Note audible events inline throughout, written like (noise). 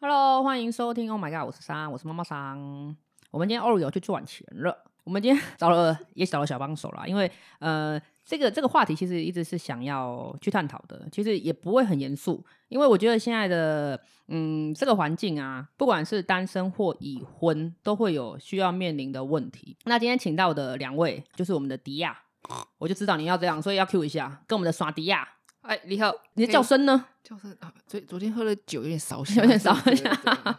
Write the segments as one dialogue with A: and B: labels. A: Hello，欢迎收听。Oh my god，我是桑，我是妈妈桑。我们今天 Oreo 去赚钱了。我们今天找了，也找了小帮手啦，因为呃，这个这个话题其实一直是想要去探讨的，其实也不会很严肃，因为我觉得现在的嗯这个环境啊，不管是单身或已婚，都会有需要面临的问题。那今天请到的两位就是我们的迪亚，我就知道你要这样，所以要 Q 一下，跟我们的耍迪亚，
B: 哎，你好，
A: 你的叫声呢？
B: 叫声啊！昨昨天喝了酒，有点烧香，
A: 有点烧
B: 对对
A: 香
B: 对 (laughs)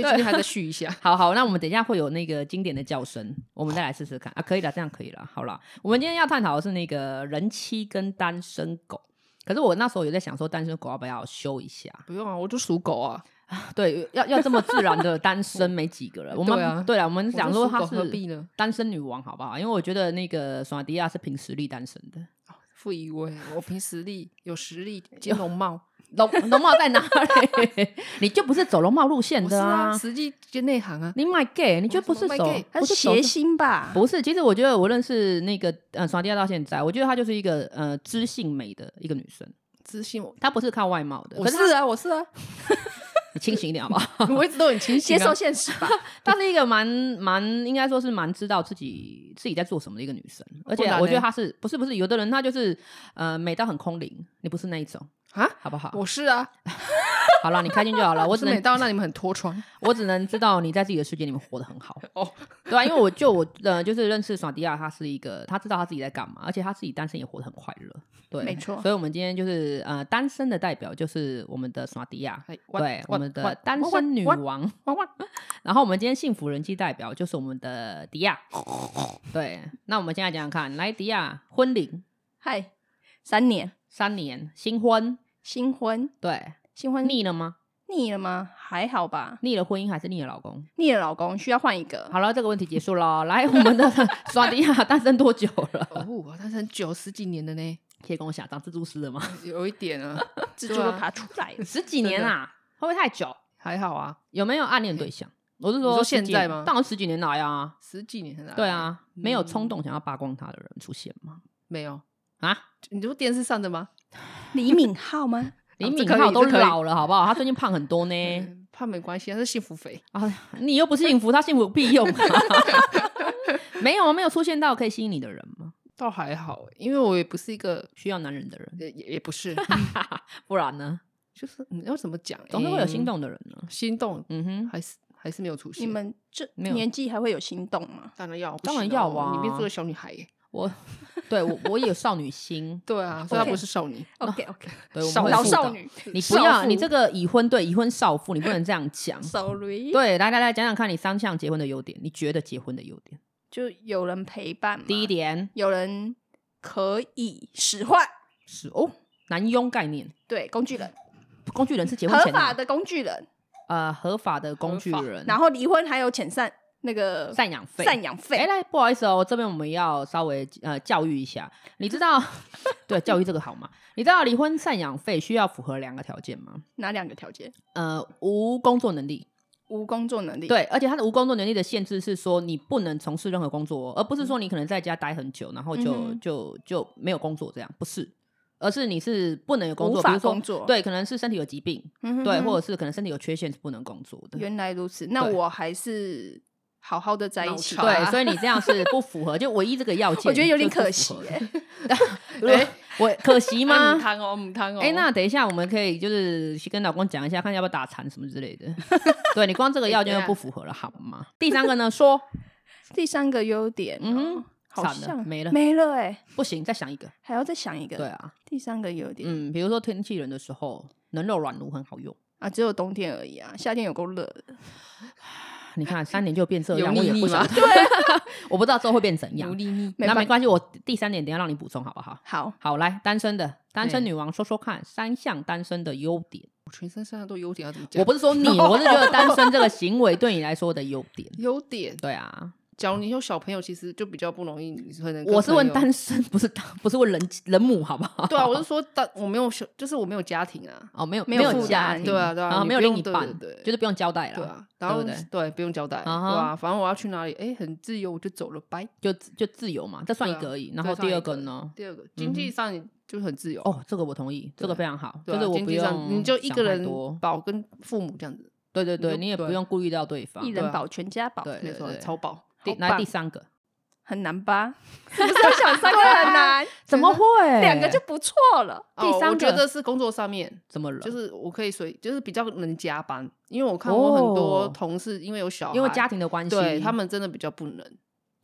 B: 对所以今天还在续一下。
A: 好好，那我们等一下会有那个经典的叫声，我们再来试试看啊，可以了，这样可以了。好了，我们今天要探讨的是那个人妻跟单身狗。可是我那时候有在想说，单身狗要不要修一下？
B: 不用啊，我就属狗啊，
A: 对，要要这么自然的单身没几个人。我们
B: 对啊
A: 对了，我们
B: 我
A: 想
B: 就
A: 说
B: 属
A: 她
B: 狗何必
A: 是
B: 呢？
A: 单身女王，好不好？因为我觉得那个索迪亚是凭实力单身的。
B: 不以为我凭实力，有实力，金容貌，
A: 容容貌在哪里？ (laughs) 你就不是走容貌路线
B: 我是
A: 的
B: 啊，实际跟内行啊。
A: 你买 gay，你就不是
B: 我什
A: 走
B: 么卖 gay，，
C: 他
A: 不
C: 是
A: 走
C: 谐星吧？
A: 不是，其实我觉得我认识那个呃耍迪亚到现在，我觉得她就是一个呃知性美的一个女生，
B: 自信我，
A: 她不是靠外貌的，
B: 我
A: 可是她
B: 是啊，我是 (laughs) 啊，
A: 你清醒一点好不好？
B: (laughs)
A: (laughs)
B: 我一直都很清醒
C: 接
B: 啊。
C: 受现实吧，
A: 她是一个蛮蛮应该说是蛮知道自己自己在做什么的一个女生，而且
B: 不然
A: 我觉得
B: 嘞
A: 她是不是不是有的人她就是呃美到很空灵，你不是那一种，
B: 啊，
A: 好不好？(laughs)
B: (laughs) 我是啊，
A: 好了，你开心就好了，我
B: 我
A: 只
B: 是美
A: 能
B: 到让你们很脱窗
A: 我只能知道你在自己的世界里面活得很好。
B: 哦。
A: (laughs) 对啊，因为我就我呃，就是认识耍迪亚，他是一个他知道他自己在干嘛，而且他自己单身也活得很快乐。对，
B: 没错
A: 所以我们今天就是呃，单身的代表就是我们的耍迪亚，
B: 哎哇
A: 对，
B: 哇
A: 我们的
B: 哇
A: 单
B: 哇
A: 身女
B: 哇
A: 王。
B: 汪汪，
A: 然后我们今天幸福人气代表就是我们的迪亚。对，那我们现在讲讲看，来迪亚婚龄
C: 嗨，三年
A: 三年，新婚，
C: 新婚，
A: 对，
C: 新婚
A: 腻了吗？
C: 腻了吗？还好吧，
A: 腻了婚姻还是腻了老公？
C: 腻了老公需要换一个。
A: 好了，这个问题结束了。来，我们
B: (laughs)
A: 的耍迪亚单身多久了？
B: 哦，我单身九十几年了呢，
A: 可以跟我想长蜘蛛丝了吗？
B: 有一点 (laughs) 啊，
C: 蜘蛛
B: 对
C: 都
B: 啊
C: 爬出来了，
A: 十几年啊，会不会太久？
B: 还好啊，
A: 有没有暗恋对象？我是
B: 你
A: 说
B: 说
A: 十几
B: 现在吗
A: 当然十几年来啊，
B: 十几年了。
A: 对，啊，没有冲
B: 嗯
A: 动想要扒光他的人出现吗？
B: 没有。
A: 啊，
B: 你这不电视上的吗？
C: 李敏镐
A: (laughs)
C: 吗？
A: 李
B: 啊这
A: 敏
B: 可以
A: 镐都
B: 这可以
A: 老了，好不好？他最近胖很多呢。
B: 嗯胖没关系，他是幸福肥。
A: 啊，你又不是幸福，他幸福有屁用、啊？ (laughs) 没有啊，没有出现到可以吸引你的人吗？
B: 倒还好欸，因为我也不是一个，
A: 需要男人的人，
B: 也也也不 (laughs) 是，
A: 不然呢？
B: 就是你要怎么讲，
A: 总是会有心
B: 嗯，
A: 动的人呢。
B: 心动
A: 嗯哼，
B: 还是还是没有出现。
C: 你们这
A: 没有
C: 年纪还会有心动吗？
B: 当然要，不
A: 当然
B: 行哦
A: 要啊
B: 你变做个小女孩耶。
A: 我对我我也有少女心，
B: 对啊，所以她
C: OK
B: 不是少女，
C: OK OK，
A: 对哦我们会
C: 老
A: 互
C: 少
A: 动。
C: 女
A: 你不要，
B: 少
A: 你
B: 妇
A: 这个已婚对已婚少妇，你不能这样讲。
C: ，sorry，
A: 对，来来来讲讲看你三项结婚的优点，你觉得结婚的优点？
C: 就有人陪伴嘛，
A: 第一点
C: 有人可以使唤，
A: 是哦，男佣概念，
C: 对，工具人，
A: 工具人是结婚
C: 合
A: 前
C: 法
A: 的
C: 的工具人，
A: 呃合法的工具
B: 合法
A: 人，
C: 然后离婚还有遣散那个
A: 赡养费。
C: 赡养
A: 哎，
C: 费，
A: 来，不好意思哦，这边我们要稍微呃教育一下，你知道， (laughs) 对教育这个好吗？你知道离婚赡养费需要符合两个条件吗？
C: 哪两个条件？
A: 呃，无工作能力，
C: 无工作能力，
A: 对，而且他的无工作能力的限制是说你不能从事任何工作哦、而不是说你可能在家待很久，然后就、
C: 嗯哼
A: 就就没有工作这样，不是，而是你是不能有工作，
C: 无法
A: 比如说
C: 工作
A: 对，可能是身体有疾病，
C: 嗯哼哼，
A: 对，或者是可能身体有缺陷是不能工作的。
C: 原来如此，那
A: 嗯对
C: 我还是好好的在一起吧。
A: 对，
B: 脑
A: 所以你这样是不符合，就唯一这个要件，
C: 啊我觉得有点可惜、哎
A: 哎、
C: 欸。
A: (laughs)
C: (laughs)
A: 对我可惜
B: 啊
A: 吗
B: 母？汤哦，母汤哦。
A: 哎、那等一下我们可以就是去跟老公讲一下，看要不要打残什么之类
C: (laughs)
A: 的。对你光这个要
C: 啊
A: 件就不符合了，好吗？第三个呢，说
C: 第三个优点、哦，
A: 嗯哼
C: 好
A: 惨了
C: 像
A: 没了
C: 没了、哎，
A: 不行，再想
C: (laughs)
A: 一个。
C: 还要再想一个。
A: 对，啊，
C: 第三个优点、
A: 嗯，比如说天气冷的时候，能肉软炉很好用。
C: 啊，只有冬天而已啊，夏天有够热的。
A: 你
B: (laughs)
A: 看三年就变这
B: 油
A: 样，我
B: 腻
A: 也
B: 腻
A: 不
B: 吗
A: 想。对， (laughs) 我不知道之后会变怎
B: 油
A: 样。
B: 腻腻，
C: 没
A: 那没
C: 办法
A: 关系，我第三点等一下让你补充好不好？
C: 好，
A: 好，来单身的单身
B: 哎
A: 女王说说看，三项单身的优点。
B: 我全身上下都优点，要怎么讲？
A: 我不是说你，
B: (laughs)
A: 我是觉得单身这个行为对你来说的优点。
B: 优点，
A: 对啊，
B: 假如你有小朋友，其实就比较不容易，你可能跟
A: 我是问
B: 朋友。
A: 单身，哦不是当不是问人人母，好不好？
B: 对啊，我是说单，我没有小，就是我没有家庭啊。
A: 哦，没有
C: 没
A: 有
C: 有负
A: 家
C: 担
A: 庭，
B: 对啊对啊
A: 然后
B: 你
A: 没有
B: 不
A: 另
B: 用
A: 一
B: 对
A: 半，
B: 对对
A: 就是不用交代
B: 对
A: 了，
B: 啊，然后
A: 对不对
B: 不用交代，对
A: 啊哈
B: 啊，反正我要去哪里，哎，很自由，我就走了，拜。
A: 就就自由嘛，这算一
B: 对啊
A: 个而已。
B: 这
A: 然后
B: 算
A: 第
B: 一
A: 二
B: 个
A: 个呢？
B: 第二个，经
A: 嗯
B: 济上你就是很自由，
A: 哦哦，这个我同意，这
B: 对
A: 个非常好，
B: 对
A: 就
B: 啊
A: 是我
B: 经
A: 不
B: 济上
A: 用
B: 你就一
A: 想
B: 个
A: 太
B: 人
A: 多
B: 保跟父母这样子，
A: 对对对，
B: 就
A: 你也不
B: 对
A: 用顾虑到对方
C: 一。
B: 对
C: 人
B: 啊
C: 保全家保，
B: 对
A: 没
B: 对
A: 错
B: 对，
A: 对
B: 超饱。
A: 第
C: 好
A: 来第
C: 棒
A: 三个，
C: 很难
A: (laughs)
C: 吧？是不是想三个很难？
A: 怎么会？
C: 两个就不错了。
A: 第
B: 哦，
A: 三
B: 我觉
A: 个
B: 得是工作上面，
A: 怎么了？
B: 就是我可以随，就是比较能加班，因为我看过很多
A: 哦
B: 同事，因为有小孩，
A: 因为家庭的关系，
B: 对他们真的比较不能，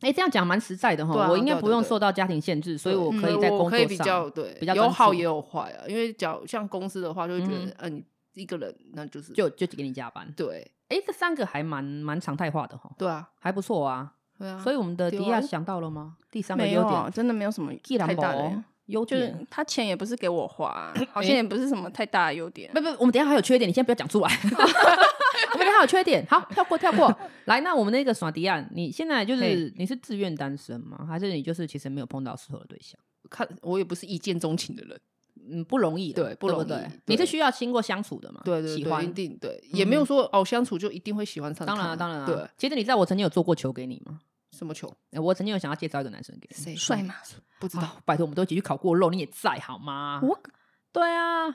A: 哎，这样讲蛮实在的哈
B: 对。啊
A: 我应该
B: 对啊
A: 不
B: 对啊
A: 用
B: 对啊
A: 受到家庭限制，所以
B: 对
A: 我
C: 嗯
A: 可以
B: 我
A: 在工
B: 可以
A: 作
B: 比较
A: 上
B: 对，
A: 比较
B: 有
A: 专
B: 好
A: 注
B: 也有坏啊。因为讲像公司的话，就会觉
A: 嗯
B: 得，嗯，你一个人那就是
A: 就就给你加班。
B: 对
A: 哎，这三个还蛮蛮常态化的哈，
B: 对啊，
A: 还不错啊。
B: 对啊，
A: 所以我们的迪
B: 对啊啊
A: 亚想到了吗？第三个
C: 没
A: 优
C: 有，啊
A: 点，
C: 真的没有什么
A: 既
C: 太
A: 然
C: 大的
A: 哦，，优
C: 就是
A: 点。
C: 他钱也不是给我花，啊好像也不是什么太大的优点
A: 不。不，我们等一下还有缺点，你先不要讲出来。 (laughs) 我们等一下还有缺点，好，跳过跳
B: (laughs)
A: 过。来，那我们那个耍迪亚，你现在就是
B: 嘿
A: 你是自愿单身吗？还是你就是其实没有碰到适合的对象？
B: 看我也不是一见钟情的人，
A: 嗯，不容易啦，
B: 对不容易
A: 对
B: 对
A: 你是需要经过相处的嘛？
B: 对对
A: 嗯喜
B: 对，一
A: 欢。嗯
B: 定对，也没有说哦相处就一定会喜欢上他
A: 当
B: 嘛，
A: 然啊，当然啊。
B: 对，，
A: 其实你知道我曾经有做过球给你吗？
B: 什么球
A: 呃我曾经有想要介绍一个男生给你，
B: 谁
C: 帅吗？
B: 不知道 (laughs)
A: 啊，拜托，我们都一起去烤过肉，你也在好吗？
C: 我
A: 对啊，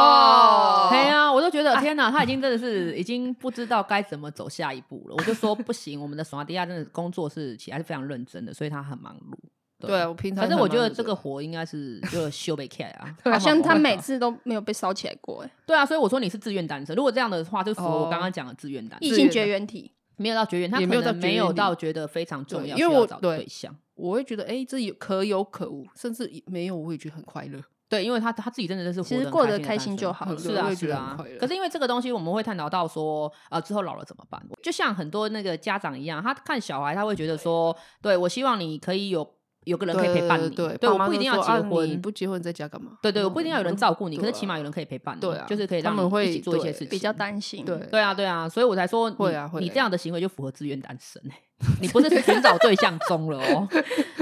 B: 哦
A: 对啊，我就觉得天哪，他已经真的是已经不知道该怎么走下一步了。我就说不行，我们的索马迪亚真的工作是起来是非常认真的，所以他很忙碌。
B: 对啊，我平常
A: 反正
B: 还
A: 我觉
B: 蛮
A: 得
B: 认
A: 这个
B: 真，
A: 活应该是就修被 c 啊
B: 对
C: (laughs) 好像他每
A: 次。
C: 次都没有被烧起来过，哎，
A: 对啊，所以我说你是自愿单身。如果这样的话，就符合我
B: 哦
A: 刚刚讲的自愿单身，
C: 异
B: 自
C: 性
B: 愿
C: 绝
B: 的
C: 缘体，
A: 没有到绝缘，他
B: 也
A: 可
B: 没有到
A: 能
B: 绝
A: 没
B: 缘
A: 有
B: 里
A: 到觉得非常重
B: 对
A: 要，
B: 因为
A: 需要
B: 我
A: 找
B: 对
A: 对象。
B: 我会觉得，哎、这有可有可无，甚至也没有，我也觉得很快乐。
A: 对，因为他他自己真的是活
C: 其实
A: 很
C: 过
A: 的
C: 得开
A: 单
C: 心
A: 身
C: 就好
A: 嗯
C: 了
A: 是
B: 我
A: 啊
B: 也
A: 是
B: 觉得很
A: 啊
B: 快。乐
A: 可是因为这个东西，我们会探讨到说，呃，之后老了怎么办？就像很多那个家长一样，他看小孩，他会觉得说，对我希望你可以有有个人可以陪伴你，
B: 对，
A: 我
B: 爸妈
A: 不一
B: 都
A: 定要
B: 说
A: 结
B: 啊你
A: 婚。
B: 不结婚在家干嘛？ (laughs)
A: 对对，我
B: 嗯
A: 不一定要有人
B: 嗯
A: 照顾你，可
B: 对
A: 是起码
B: 啊
A: 有人可以陪伴你，
B: 对啊
A: 就是可以
B: 他
A: 让
B: 们
A: 你
B: 会
A: 一起做一些
B: 对
A: 事情，
C: 比较担心。
B: 对
C: (laughs)
A: 对啊，对啊，所以我才说你
B: 会啊会
A: 你
B: 啊
A: 这样的行为就符合自愿单身、欸、你不是去寻找对象中了
B: (laughs)
A: 哦，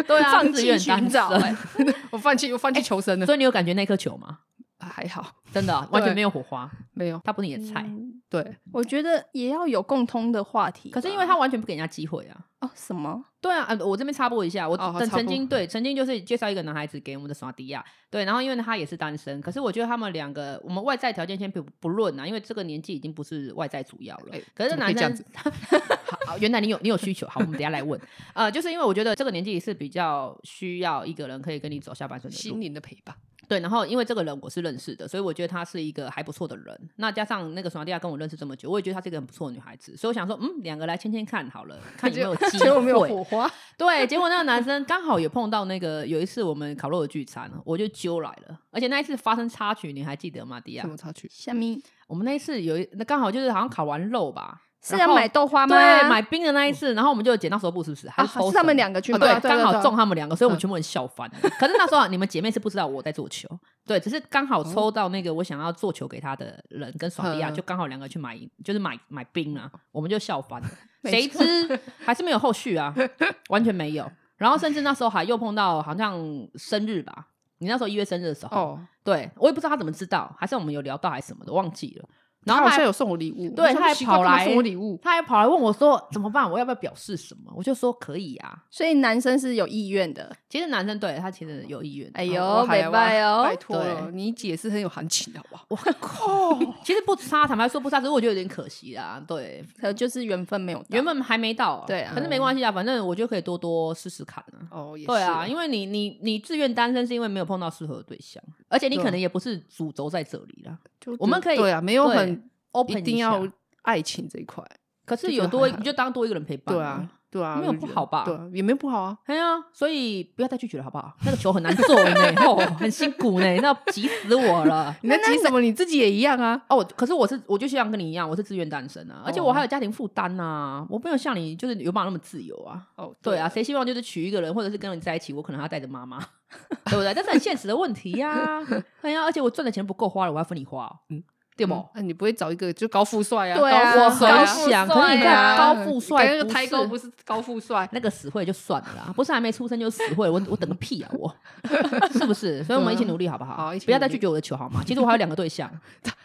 A: 对啊，
C: 放
A: 自
C: 弃
A: 愿
C: 寻
A: 单
C: 找欸
A: 身，
B: 我放弃，我放弃求生了，
A: 所以你有感觉那颗球吗？
B: 还好
A: 真的啊完全
B: 对
A: 没有火花，
B: 没有。
A: 它不是你的菜，
C: 嗯
B: 对，
C: (laughs) 我觉得也要有共通的话题吧。
A: 可是因为他完全不给人家机会啊。
C: 哦什么
A: 对啊，呃，我这边插播一下，我
B: 哦好
A: 曾
B: 插
A: 曾
B: 播
A: 经对曾经就是介绍一个男孩子给我们的耍迪亚，对，然后因为他也是单身，可是我觉得他们两个，我们外在条件先不不论啊，因为这个年纪已经不是外在主要了。
B: 哎
A: 可是
B: 怎么可
A: 男
B: 以这样
A: 生， (laughs) 好，原来你有你有需求，好，我们等一下来问。呃，就是因为我觉得这个年纪是比较需要一个人可以跟你走下半生的
B: 心
A: 路，
B: 灵的陪伴，
A: 对。然后因为这个人我是认识的，所以我觉得他是一个还不错的人。那加上那个索马蒂亚跟我认识这么久，我也觉得她是一个很不错的女孩子，所以我想说，嗯，两个来牵牵看好了，看有没有机
C: (laughs) 结果没有
A: 会。
C: 火花，
A: (laughs) 对，结果那个男生刚好也碰到那个有一次我们烤肉的聚餐，我就揪来了，而且那一次发生插曲，你还记得吗？迪亚
B: 什，么插曲？
C: 虾米
A: 我们那一次有一那刚好就是好像烤完肉吧，
C: 是
A: 然
C: 要
A: 后
C: 买豆花吗？
A: 对买冰的那一次，然后我们就有剪刀石头布，是不是？还
C: 啊，
A: 是抽
C: 是他们
A: 绳
C: 两个去
B: 啊
C: 买，
B: 对啊
A: 哦刚好中他们两个，所以我们
B: 嗯
A: 全部人笑翻了。可是那时候啊你们姐妹是不知道我在做球，对，只是刚好抽到那个我想要做球给他的人跟爽利亚，
B: 哦嗯嗯
A: 就刚好两个去买，就是买买冰啊，我们就笑翻了。
C: 没
A: 谁知还是没有后续
B: (laughs)
A: 啊，完全没有。然后甚至那时候还又碰到好像生日吧，你那时候一月生日的时候，
B: 哦，
A: 对我也不知道他怎么知道，还是我们有聊到还是什么的，忘记了。然
B: 他
A: 后
B: 好
A: 还
B: 像有送我礼物，
A: 对
B: 我想
A: 他还
B: 奇怪
A: 跑
B: 干嘛
A: 来
B: 送我礼物，
A: 他还跑来问我说怎么办，我要不要表示什么？我就说可以啊。
C: 所以男生是有意愿的。
A: 其实男生对他其实有意愿的，
C: 哎
B: 哦
C: 呦，
B: 还
C: 拜
B: 要
C: 拜
B: 拜
C: 哦，
B: 托
A: 对
B: 了，你姐是很有含情的，好不 (laughs) 哦好？
A: 我靠，其实不差，坦白说不差，只是我觉得有点可惜啦。对，
C: 可能就是缘分没有到，
A: 原本还没到、
C: 对啊
A: 可是没关系啊，反正我就可以多多试试看啊。
B: (laughs) 哦，也是
A: 对啊，因为你你你自愿单身是因为没有碰到适合的对象，而且你
B: 对啊
A: 可能也不是主轴在这里啦。
B: 就
A: 我们可以
B: 对啊，没有
A: 对
B: 很
A: open
B: 一定
A: 下
B: 要爱情这一块，
A: 可是
B: 就觉
A: 有
B: 得
A: 多
B: 还
A: 一
B: 好
A: 你就当多一个人陪伴、
B: 对啊，，对啊，
A: 没有
B: 我就
A: 不
B: 觉得
A: 好吧
B: 对啊，也没有不好啊，
A: 哎呀、所以不要再拒绝了，好不好？ (laughs) 那个球很难做呢， (laughs) 哦，很辛苦呢，那急死我
B: (laughs)
A: 了。
B: 你在急什么？你自己也一样啊。
A: 哦，可是我是，我就像跟你一样，我是自愿单身啊，而
B: 哦
A: 且我还有家庭负担呐，我没有像你就是有办法那么自由啊。
B: 哦，
A: 对啊，谁希望就是娶一个人，或者是跟人在一起，我可能还要带着妈 (laughs) 妈，对不对？这是很现实的问题呀、
B: (laughs)
A: 哎呀，而且我赚的钱不够花了，我还分你花、哦，嗯
B: 嗯，
A: 对吗？
B: 么？那你不会找一个就高富帅啊？
C: 对啊
B: 高
A: 我
B: 富
A: 很
B: 帅啊
A: 想，
C: 高
A: 可
C: 富帅
A: 是
C: 啊
A: 你看高富帅
B: 跟那
A: 不
B: 个
A: 是
B: 台高不是高富帅，
A: 那个死会就算了啦，不是还没出生就死会，我 (laughs) 我等个屁啊，我是不是？所以我们一起努力好不好？
B: 啊好一起
A: 不要再
B: 努力
A: 拒绝我的球好吗？其实我还有两个对
B: (laughs)
A: 象，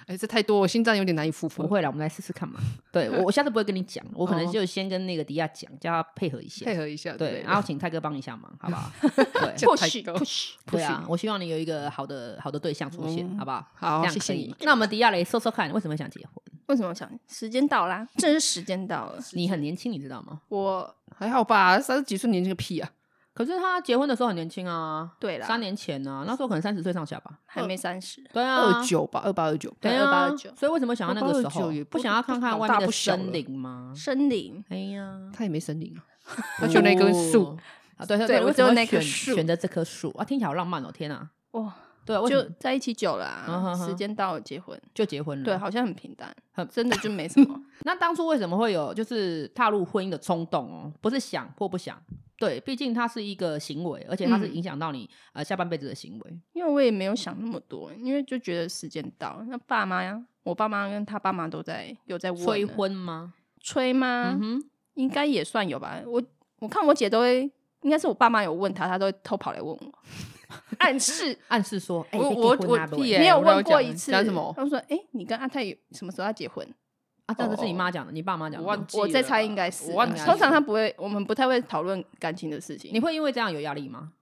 B: 哎，这太多，我心脏有点难以负荷
A: 不。会啦，我们来试试看嘛。对我，我下次不会跟你讲，我可能就先跟那个迪亚讲，叫他配合一下。
B: 配合一下，
A: 对，然
B: 然
A: 后
B: 后
A: 请泰哥帮一下忙，好不
B: (laughs)
A: 好？对，
B: 太高
C: push，
A: 对啊，我希望你有一个好的好的对象出现，
B: 嗯
A: 好不好？
B: 好
A: 这样
B: 谢
A: 可
B: 谢
A: 以
B: 你
A: 吗那我们迪亚雷说说看，为什么想结婚？
C: 为什么想时间到啦？真的是时间到了。
A: 你很年轻，你知道吗？
C: 我
B: 还好吧，三十几岁年轻个屁啊！
A: 可是他结婚的时候很年轻啊，
C: 对啦
A: 三年前呢、啊，那时候可能三十岁上下吧。
C: 还没三十，
A: 对啊，
B: 二九吧，二八二九，
A: 对
C: 对
A: 啊，
C: 28
A: 所以为什么想要那个时候
B: 28也？不
A: 不想要看看外面
B: 不大
A: 的
B: 不小了
A: 森林吗？
C: 森林
A: 哎呀，
B: 他也没森林 (laughs) 啊，他就那根树，
A: 啊，对对
C: 对
A: 对，
C: 我
A: 为什
C: 只有
A: 么
C: 那棵
A: 选
C: 树
A: 选择这棵树啊，听起来好浪漫哦！天哪，
C: 哇，
A: 对啊，为什
C: 就
A: 么
C: 在一起久了、
A: 嗯
C: 啊
A: 哼，哼
C: 时间到了结婚，
A: 就结婚了。
C: 对，好像很平淡
A: 嗯很， (laughs)
C: 真的就没什么。
A: 那当初为什么会有就是踏入婚姻的冲动哦？不是想或不想，对，毕竟它是一个行为，而且它是
C: 嗯
A: 影响到你、呃下半辈子的行为。
C: 因为我也没有想那么多，因为就觉得时间到了。那爸妈呀，我爸妈跟他爸妈都在有在问
A: 催
C: 了
A: 婚吗？
C: 催吗？
A: 嗯哼，
C: 应该也算有吧。我我看我姐都会，应该是我爸妈有问她，她都会偷跑来问我，
A: (laughs)
C: 暗示。
A: 暗示说，哎、
B: 我
A: 要结
B: 我
A: 婚啊
B: 我
A: 对
B: 屁耶
C: 没有
B: 我没有
C: 问过
B: 讲
C: 一次，
B: 讲什么
C: 他们说：“哎、你跟阿泰有什么时候要结婚
A: 啊，这个是你妈讲的，你爸妈讲
B: 我哦忘
A: 的。
B: 记
C: 我再
B: 了
C: 猜
B: 啦
C: 应该是
B: 我
C: 啊。
B: 忘
A: 记了
C: 通常他不会，我们不太会讨论感情的事情。
A: 你会因为这样有压力吗？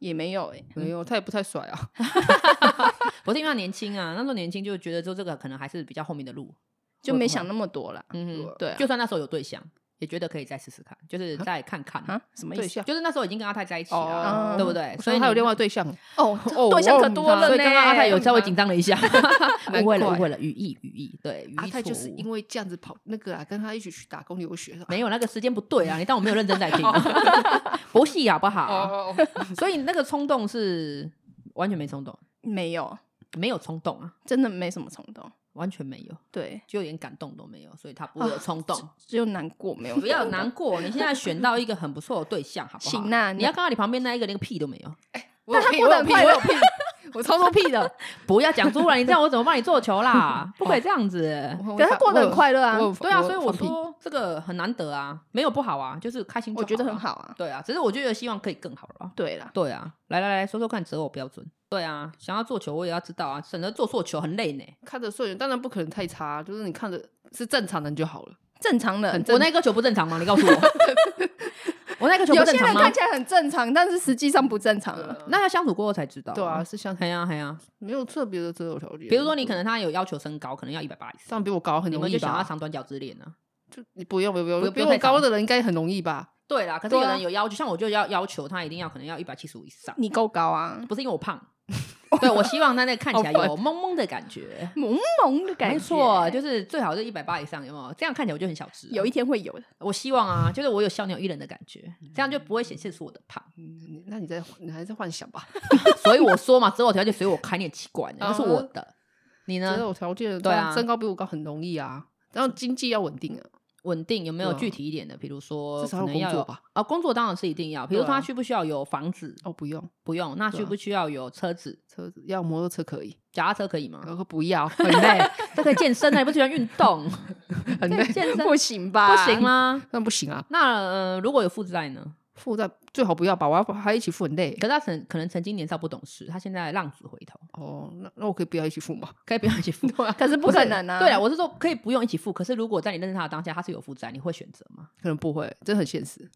C: 也没有哎、
B: 没有，他也不太甩 (laughs) 啊。
A: 不是因为他年轻啊，那时候年轻就觉得说这个可能还是比较后面的路，
C: 就没想那么多啦。
A: 嗯哼，
C: 对啊
A: 就算那时候有对象，也觉得可以再试试看，就是再看看。
C: 啊，什么意
B: 对
C: 思？
B: 象
A: 就是那时候已经跟阿泰在一起了，啊
C: 哦
A: 对不对？
B: 哎所
A: 所以
B: 以他有
A: 你
B: 另外对象，
C: 哦，
B: 哦
C: 这对象
B: 我
C: 可
B: 忘
C: 多
B: 了
C: 了呢。
A: 所以刚刚阿泰有稍微紧张了一下， (laughs)
B: 难
A: 误会了，
B: 怪
A: 误会了，语义语义，对，语
B: 阿
A: 义
B: 泰
A: 错
B: 啊就是
A: 误
B: 因。为这样子跑那个啊，跟他一起去打工留学，啊
A: 没有那个时间不对啊，你当我没有认真在听，
B: (laughs)
A: 不是好不好？
B: 哦，
A: 所以那个冲动是完全没冲动，
C: 没有，
A: 没有冲动啊，
C: 真的没什么冲动。
A: 完全没有，
C: 对，
A: 就连感动都没有，所以他不会有冲动。
C: 只有难过，没有
A: (laughs) 不要
C: 动
A: 难 (laughs) 过，你现在选到一个很不错的对象，好不好？
C: 行啦
A: 你
C: 你
A: 要看到你旁边那一个连个屁都没有，
B: 我有
C: 他
B: 屁，
C: 过
B: 我有
C: 得很
B: 屁，
C: 快
B: 我
C: 乐
B: 有屁， (laughs) 我超多屁的，
A: (laughs) 不要讲出来，你这样我怎么帮你做球啦？ (laughs) 不可以这样子。
C: 可是他过得很快乐啊
B: 我有
A: (laughs) 对啊，
B: 我有
A: 所以我
B: 放屁
A: 说这个很难得啊，没有不好啊，就是开心就
C: 我
A: 好，
C: 觉得很。好啊。
A: 对啊，只是我觉得希望可以更好了啊。
C: 对啦，
A: 对啊，来来来说说看择偶标准。对啊，想要做球我也要知道啊，省得做错球很累呢。
B: 看着顺眼，当然不可能太差，啊就是你看着是正常人就好了。
C: 正常人，
A: 我那颗球不正常吗？你告诉 (laughs) 我，我那颗球不
C: 有些
A: 正常
C: 人
A: 吗嗯
C: 看？起来很正常，但是实际上不正常啊了。
A: 那要相处过后才知道。
B: 嗯对啊，，是像
A: 嘿呀嘿呀，
B: 没有特别的择偶条件。
A: 比如说你可能他有要求身高，可能要一百八以上，
B: 上比我高很
A: 你
B: 容
A: 们
B: 易
A: 就想要
B: 吧？
A: 长短脚之恋啊呢？
B: 就你不用不用不
A: 不
B: 用，
A: 不
B: 比
A: 用
B: 我
A: 太长
B: 高的人应该很容易吧？
A: 对啦，可是有
C: 对啊
A: 人有要求，像我就要要求他一定要可能要一百七十五以
B: (laughs)
A: 上，
C: 你够高啊，
A: 不是因为我胖。对，我希望他那看起来
B: 好
A: 有懵懵的感觉。
C: 萌萌的感觉。
A: 没错，就是最好是一百八以上，有没有？这样看起来我就很小只、
C: 有一，天会有的。
A: 我希望啊，就是我有小鸟依人的感觉，这样就不会显现出我的胖。
B: 嗯，你那你在你还在幻想吧？
A: 所以我说嘛，择偶条件随我开，你很奇怪呢，
B: 嗯
A: 那是我的。你
B: 择
A: 呢？
B: 偶条件
A: 对啊
B: 当然身高比我高很容易啊，然后经济要稳定啊，
A: 稳定有没有
B: 对啊
A: 具体一点的？比如说，
B: 至少
A: 可能
B: 要
A: 要
B: 工作
A: 有
B: 吧？
A: 啊，工作当然是一定要。比如说
B: 对啊
A: 他需不需要有房子？
B: 哦，不用
A: 不用。那
B: 对啊
A: 需不需要有车子？
B: 车子，要摩托车可以，
A: 脚踏车可以吗？
B: (laughs) 然后不要很
A: 很 (laughs) 累，这可以健身啊！你不喜欢运动？
B: (laughs)
A: (laughs)
B: 很
A: 可
B: 累 (laughs)
A: 以，健身
C: 不行吧？
A: (laughs) 不行？吗？
B: 那不行啊，
A: 那呃，如果有负债呢？
B: 负债最好不要吧，我要把他一起付很累
A: 可。是他曾可能曾经年少不懂事，他现在浪子回头，
B: 哦，那那我可以不要一起付吗？ (laughs)
A: 可以不用一起付。
C: 可是不可能啊。
A: 对啊，我是说可以不用一起付，可是如果在你认识他的当下，他是有负债，你会选择吗？
B: 可能不会，这很现实。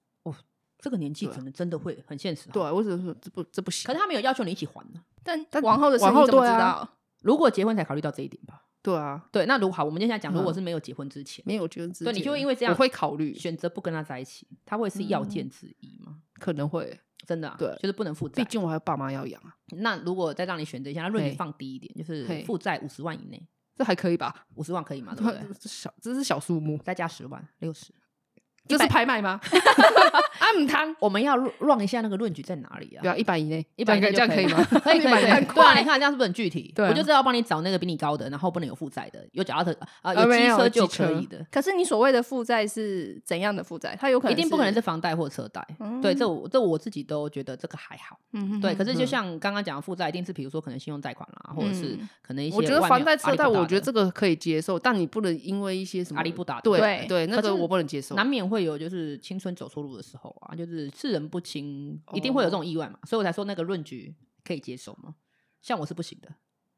A: 这个年纪
B: 对啊
A: 可能真的会很现实哦。
B: 对，啊我只能说这不这不行
A: 可。是他没有要求你一起还呢。
C: 但
B: 但
C: 往后的事
B: 往
C: 你
B: 后
C: 怎么
B: 对
C: 知
B: 啊
C: 道？
A: 如果结婚才考虑到这一点吧。
B: 对啊，
A: 对，那如好，我们今天现在讲，如果
B: 嗯
A: 是没有结婚之前，
B: 没有结婚之
A: 对你
B: 前
A: 就会因为这样
B: 我会考虑，
A: 选择不跟他在一起，他会是要件之一吗？
B: 可能会，
A: 真的、啊，
B: 对
A: 就是不能负
B: 毕
A: 债。
B: 竟我还有爸妈要养啊，
A: 那如果再让你选择一下，那论点
B: 嘿
A: 放低一点，就是
B: 嘿
A: 负债五十万以内，
B: 这还可以吧？
A: 五十万可以吗？啊
B: (laughs)
A: 对不对？
B: 这小这是小数目，
A: 再加十万，六十。
B: 这是拍卖吗？ (laughs)
A: 啊，唔贪，我们要 run 一下那个论据在哪里
B: 对
A: 啊？
B: 啊，一百以内，
A: 一百
B: 这样这样可以吗
A: (laughs) ？可
B: (laughs)
A: 以可以，可以
B: 100以内
A: 对
B: 对
A: 啊，
B: 啊
A: 你看这样是不是很具体？
B: 对啊
A: 我就是要帮你找那个比你高的，然后不能有负债的，有脚踏车啊，
B: 啊
A: 有
B: 没
A: 机
B: 有
A: 车就
B: 机
A: 可
B: 车
A: 以的，
C: 可是你所谓的负债是怎样的负债？他有可能
A: 一定不可能是房贷或车贷。
C: 嗯
A: 对，这我这我自己都觉得这个还好。
C: 嗯哼
A: 对，可是就
B: 嗯
A: 像刚刚讲的负债，一定是比如说可能信用贷款啊啦，或者是
C: 嗯
A: 可能一些
B: 我觉得
A: 外
B: 房
A: 面
B: 贷、
A: 阿
B: 车
A: 里不
B: 贷，
A: 达
B: 我觉
A: 的
B: 得这个可以接受，但你不能因为一些什么
A: 阿里不达的
B: 对
C: 对
B: 对，那
A: 可是
B: 个我不能接受。
A: 难免会有就是青春走错路的时候啊，就是世人不清，一定会
B: 哦
A: 有这种意外嘛，所以我才说那个论据可以接受吗？像我是不行的，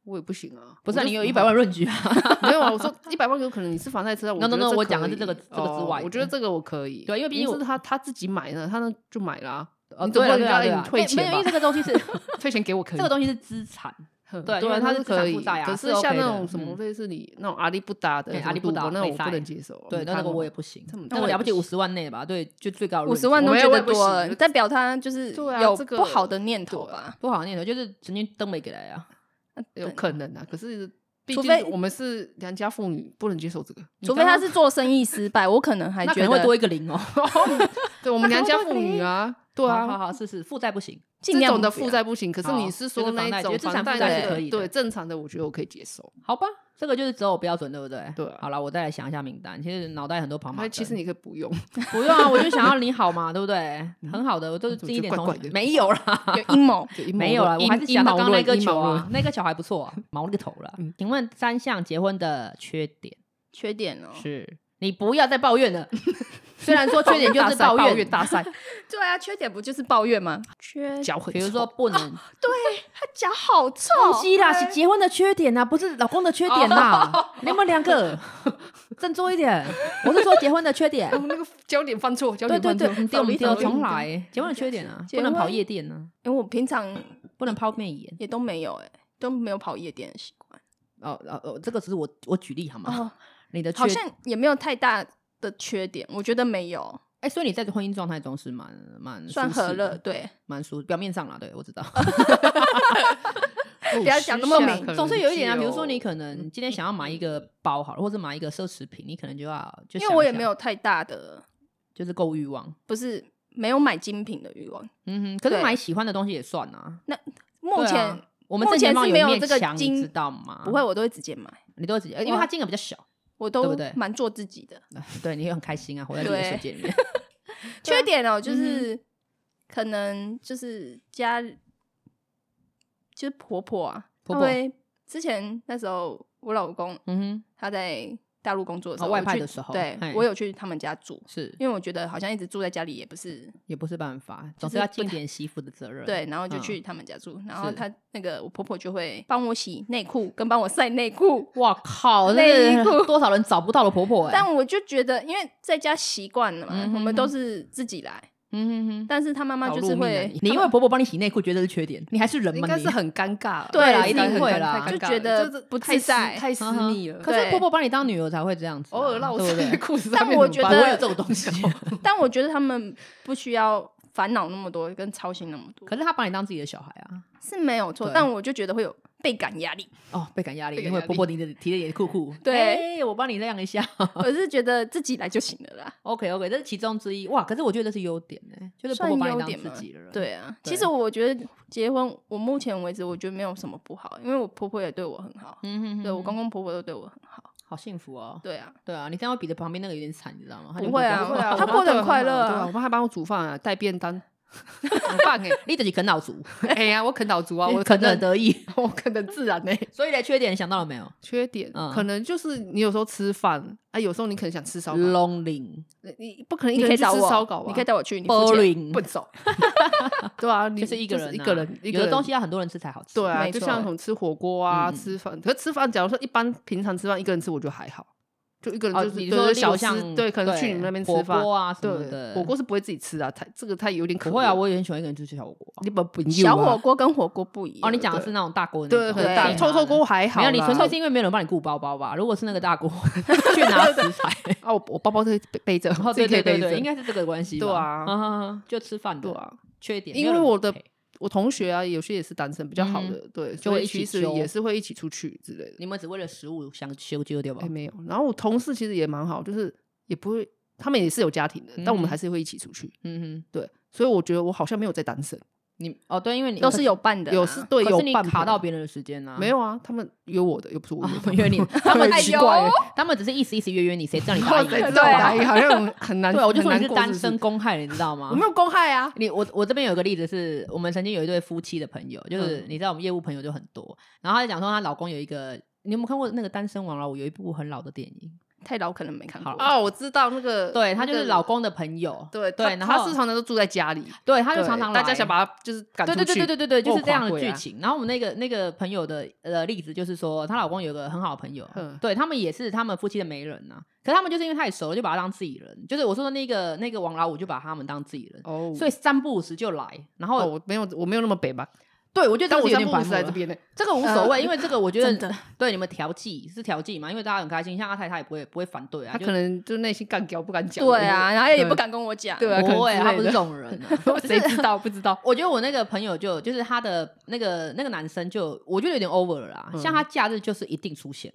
B: 我也不行啊，
A: 不是、啊、
B: 我就
A: 你有一百万论据
B: (laughs)
A: 啊？
B: 没有啊？我说一百万有可能你是房贷车贷，我
A: No, no,
B: 觉得
A: no，
B: 这
A: 我
B: 可
A: 讲的
B: 以
A: 是这个这个之
B: 哦
A: 外的
B: 我觉得这个我可以，
A: 对因为毕竟
B: 因
A: 我
B: 是他他自己买的，他呢就买啦，
A: 哦，
B: 你总
A: 对了
B: 不能
A: 对啊
B: 叫
A: 对
B: 你
A: 啊，
B: 退
A: 哎
B: 钱
A: 没有，因为
B: 吧
A: 这个东西是 (laughs)
B: 退钱给我可以
A: 这个东西是资产，
B: 很
A: 对因
B: 对
A: 为
B: 啊，
A: 它
B: 它
A: 是资产
B: 可以
A: 负债，啊
B: 可
A: 是
B: 是
A: OK
B: 像那
A: 的
B: 种什么
A: 嗯
B: 类似你那种阿里不达的
A: 对
B: 什
A: 阿
B: 么
A: 里不
B: 赌博
A: 达
B: 那种，
A: 没
B: 我
A: 赛
B: 不能接受。
A: 对，
B: 哦你
A: 那那个
B: 看过
A: 我
B: 吗
A: 也不行
B: 这么，
A: 那
B: 那
A: 我
B: 我
A: 了
B: 也
A: 不
B: 不
A: 起五
B: 行
A: 十万内吧，对，就最高的
C: 五
A: range
C: 十万
B: 我
C: 都
B: 也
C: 觉
B: 我
C: 得
B: 也不
C: 多
B: 行
C: 了，
B: 这
C: 代表他就是
B: 对啊
C: 有
B: 这
C: 不
B: 个
C: 好的念头
B: 对啊
C: 吧。
A: 不好念头，就是曾经登没给来啊，
B: 有
C: 对
B: 可能啊，可是毕
C: 除
B: 竟
C: 非
B: 我们是良家妇女，不能接受这个。
C: 除非
A: 刚
C: 他
A: 刚
C: 是做生意失败，我可能还
A: 那可
C: 觉
A: 能会
C: 得
A: 多一个零哦。
B: 对，我们
C: 那
B: 良
C: 可
B: 家
C: 不
B: 妇
C: 可以
B: 女啊， (laughs)
A: (laughs)
B: 对
A: 好好
B: 啊，
A: 好，是是，负债不行，
C: 尽
B: 这
C: 量
B: 种的
C: 不要
B: 负债不行。可是
A: 好
B: 你
A: 就
B: 是
A: 是
B: 说
A: 房
B: 那
A: 贷觉
B: 一种
A: 得资产负
C: 债
B: 贷
C: 是
A: 可以的
B: 对正常的，我觉得我可以接受。
A: 好吧，这个就是择偶标准，对不对？
B: 对啊
A: 好了，我再来想一下名单。其实脑袋很多跑马
B: 哎，
A: 灯，
B: 其实你可以不用，
A: 不用啊，我就想要你好嘛，对不
B: (laughs)
A: 对？很好的，我都是
B: 怎么
A: 尽一
B: 就
A: 点
B: 怪
A: 同
B: 怪
A: 情
B: 的
A: 没有啦，
C: (laughs) 有阴谋。
B: 就阴谋
A: 没有啦，
B: 论
A: 我还是
B: 阴
A: 想到刚
B: 阴谋
A: 刚那
B: 论
A: 个
B: 阴
A: 球
B: 谋
A: 啊
B: 论，
A: 那个球还不
B: (laughs)
A: 错啊，毛了个头了
B: 嗯。
A: 请问三项结婚的缺点
C: 缺点哦，
A: 是？你不要再抱怨
B: (laughs)
A: 了。虽然说缺点就
B: 大
A: 是
B: 赛抱
A: 怨
B: 怨，大赛，
C: 对啊，缺点不就是抱怨吗？缺
B: 脚很
A: 比如
B: 臭
A: 说不能
C: 他脚好臭
A: 东西啦，是结婚的缺点啊呐、不是老公的缺点
B: (laughs)
A: 啦。你们两个振作一点，我是说结婚的缺点。
B: 那个焦点放错，焦
A: 对
B: 点
A: 对
B: 放
A: 对
B: 错，，
A: 你丢
B: 扫
A: 你
B: 地
A: 丢，
B: 扫地
A: 重来。结婚的缺点啊，
C: 结
A: 不
C: 婚
A: 能跑夜店呢、
C: 因为我平常
A: 啊，不能泡媚眼。
C: 也都没有哎、都没有跑夜店的习惯。
A: 哦哦哦，这个只是我我举例好吗？
C: 哦，
A: 你的缺
C: 好像也没有太大的缺点，我觉得没有，
A: 哎、所以你在婚姻状态中是蛮蛮
C: 算
A: 舒适
C: 和乐。
A: 的，
C: 对，
A: 蛮舒。表面上啦，对我知道，
B: 不
C: 要讲那么明
A: 总是有一点啊。比如说你
B: 能
A: 可能今天想要买一个包好了，或者买一个奢侈品，你可能就要就
C: 因
A: 想
C: 为我也
A: 一下
C: 没有太大的，
A: 就是购物欲望。
C: 不是没有买精品的欲望。
A: 嗯哼，可是
C: 对
A: 买喜欢的东西也算啊。
C: 目
A: 对啊
C: 前
A: 我们
C: 目
A: 正经
C: 前
A: 贸
C: 是
A: 有
C: 没有
A: 面
C: 这个
A: 墙
C: 金
A: 你知道吗？
C: 不会，，我都会直接买，
A: 你都会直接，因为
C: 哇
A: 它金额比较小，
C: 我
A: 对不
C: 都
A: 对
C: 蛮做自己的。
A: 对你也很开心啊，活在这个
C: 对
A: 世界里面。
C: 缺点哦，就是可能就是家就是婆婆啊，
A: 婆
C: 她
A: 婆
C: 会之前那时候我老公
A: 嗯哼，
C: 他在大陆工作的时
A: 哦
C: 候，
A: 外
C: 我
A: 派
C: 去
A: 的时候
C: 对
A: 嘿
C: 我有去他们家住，
A: 是
C: 因为我觉得好像一直住在家里也不是
A: 也不是办法，总
C: 就是
A: 要
C: 是不
A: 尽
C: 太
A: 点媳妇的责任。
C: 对，然后就
A: 嗯
C: 去他们家住，然后
A: 是
C: 他那个我婆婆就会帮我洗内裤，跟帮我晒
A: (laughs)
C: 内裤。
A: 哇靠，
C: 内
A: 这是多少人找不到的婆婆哎、
C: 但我就觉得，因为在家习惯了嘛，
A: 嗯哼
C: 我们都
A: 哼
C: 是自己来。
A: 嗯哼哼，
C: 但是她妈妈
A: 劳
C: 就
A: 碌
C: 是
A: 命啊
C: 会
A: 你，你因为婆婆帮你洗内裤，觉得是缺点，你还是人
B: 应
A: 吗？
B: 该
A: 你
B: 是很尴尬，
C: 对
A: 啦
B: 一
A: 一定会啦
C: 就觉得不自在
B: 太私
A: 嗯哼
B: 密了。
A: 可是
C: 对
A: 婆婆帮你当女儿才会这样子啊、
B: 偶尔让我
A: 对不
B: 在
A: 对？
B: 裤子
C: 但
B: 上面
C: 我
B: 怎么
C: 觉
B: 办
C: 得
B: 我有这种东
C: (laughs)
B: 西，
C: 但我觉得他们不需要烦恼那么多，跟操心那么多
A: 可是她把你当自己的小孩啊，
C: 是没有错
A: 对。
C: 但我就觉得会有倍感压力。
A: 哦，倍感压力，
B: 倍感
A: 因为
B: 压力
A: 婆婆提着提着你的裤裤，
C: 对
A: 哎我帮你晾一下。
C: 我是觉得自己来就行了啦，
A: OK (laughs) OK，这是其中之一哇，可是我觉得这是优点呢、就是婆
C: 算
A: 婆把你
C: 优
A: 当
C: 点
A: 自
C: 嘛
A: 己的人。
C: 对啊，
A: 对
C: 其实我觉得结婚，我目前为止我觉得没有什么不好，因为我婆婆也对我很好，
A: 嗯哼哼
C: 对我
A: 哼
C: 公公婆婆都对我很好。
A: 好幸福哦。
C: 对啊，
A: 对啊，你这样会比着旁边那个有点惨，你知道吗？他就
C: 不会啊
A: 觉
B: 对
A: 得
B: 啊
C: 她
B: 我妈
C: 过
B: 对
C: 得很
B: 我
C: 快
B: 好
C: 乐啊
B: 对我妈还帮我煮饭啊，带便当，很棒哎
A: 你自己啃老族，
B: 哎呀，我啃老族
A: (laughs)
B: 啊，我
A: 啃的
B: 的
A: 很得意。
B: (laughs) 我啃的自然哎。
A: (laughs) 所以你的缺点想到了没有
B: 缺点
A: 嗯
B: 可能就是你有时候吃饭啊，有时候你可能想吃烧烤，
A: ？Lonely，
B: 你不可能一
C: 你
B: 个
C: 可
B: 人去
C: 以找
B: 吃
C: 我，
B: 烧烤吧？
A: 啊
C: 你可以带我去，你付钱
A: Boring
B: 不走，
A: (laughs)
B: 对啊，你
A: 就是一个人啊，
B: 一个人，一
A: 有
B: 个
A: 的
B: 人
A: 东西要很多人吃才好吃。
B: 对啊，
C: 没
B: 就
C: 错
B: 像什么吃火锅啊，
A: 嗯嗯
B: 吃饭。可是吃饭，假如说一般平常吃饭一个人吃，我觉得还好，就一个人
A: 哦，
B: 就是、
A: 你说
B: 对就
A: 例如
B: 小
A: 像
B: 吃，对，可能去你们那边吃
A: 火
B: 饭
A: 锅。啊什么
B: 对，
A: 的，
B: 火锅是不会自己吃啊，太这个太有点可
A: 不会啊，我也很喜欢一个人去吃小火锅啊。
B: 你本不
C: 小火
B: 锅
C: 锅跟火锅不一样。
A: 哦，你讲的是那种大锅的
B: 对，
A: 那种
B: 很大
C: 对
B: 臭臭锅还好
A: 没
B: 啦，
A: 有，你纯粹是因为没有人帮你顾包包吧？如果是那个大
B: (laughs)
A: 锅，去拿食材，
B: 啊，我我包包都会背背着，
A: 然后
B: 自己
A: 哦对
B: 可以
A: 对
B: 背
A: 对
B: 着
A: 对，，应该是这个关系吧。
B: 对啊
A: 嗯哼哼就吃饭的
B: 对啊。
A: 缺点，
B: 因
A: 没有
B: 为
A: 人
B: 我的
A: 陪
B: 我同学啊，有些也是单身，比较好
A: 嗯
B: 的，对，
A: 就
B: 所
A: 会
B: 以
A: 一起
B: 其实
A: 揪
B: 也是会一起出去之类的。
A: 你们只为了食物相修纠对吧
B: 哎、？没有。然后我同事其实也蛮好，就是也不会，他们也是有家庭的，但
A: 嗯
B: 我们还是会一起出去。
A: 嗯哼，
B: 对，所以我觉得我好像没有在单身，
A: 你哦对，因为你
C: 都是有伴的啦，啊
B: 有是对
A: 啊可
B: 有
A: 是你
B: 伴
A: 卡
B: 陪
A: 到别人的时间呢？
B: 没有啊？他们约我 (laughs) 的，又不是我
A: 哦
B: 约，
A: 我
B: 他们。
A: 约你，他们
C: 哎
A: 很
C: 呦
A: 奇怪欸，他们只是意思意思约约你，谁叫你答应？
B: 谁知
A: 对
B: 道 (laughs) 我
C: 对
B: 答
C: 啊
B: 应好像很难，
A: 啊我就说
B: 很
A: 你
B: 难
A: 是
B: 过
A: 单
B: 不
A: 身公害，你知道吗
B: 我没？有公害啊。
A: 你我我这边有一个例子是，我们曾经有一对夫妻的朋友，就是
B: 嗯
A: 你知道我们业务朋友就很多，然后他就讲说她老公有一个，你有没有看过那个《单身王老五》？有一部很老的电影，
C: 太老可能没看过。
A: 好啊
B: 哦，我知道那个，
A: 对他就是
B: 那个
A: 老，公的朋友，
B: 对
A: 对，
B: 他
A: 然
B: 他
A: 后
B: 是常常都住在家里，
A: 对他就
B: 对
A: 常常
B: 大家想
A: 把。
B: 把他就是赶出
A: 对
B: 去，
A: 对对对对对对，就是这样的
B: 我有
A: 剧
B: 看过呀
A: 情。然后我们那个那个朋友的呃例子就是说，她老公有个很好的朋友
B: 嗯，
A: 对他们也是他们夫妻的媒人呐、啊可是他们就是因为太熟了，就把他当自己人。就是我说的那个那个王老五，就把他们当自己人，
B: 哦，
A: 所以三不五时就来。然后、
B: 哦我没有我没有那么北吧，
A: 对，我觉得
B: 但
A: 这
B: 我
A: 是有
B: 三
A: 点
B: 不
A: 白
B: 五
A: 目
B: 时在
A: 了
B: 这边呢、呃
A: 这个我无所谓，因为这个我觉
C: 真
A: 得
C: 的
A: 对你们调剂是调剂嘛，因为大家很开心，像阿泰他也不会不会反对啊，
B: 他
A: 就
B: 可能就内心干掉不敢讲。
C: 对啊，，然后也
B: 对
C: 不敢跟我讲，
B: 对啊可能
A: 不会啊，
B: 之
A: 他
B: 类
A: 不是
B: 的
A: 这种人啊、
B: (laughs) 谁知道不知道？
A: 我觉得我那个朋友就就是他的那个那个男生就我觉得有点 over 了啦，
B: 嗯
A: 像他假日就是一定出现，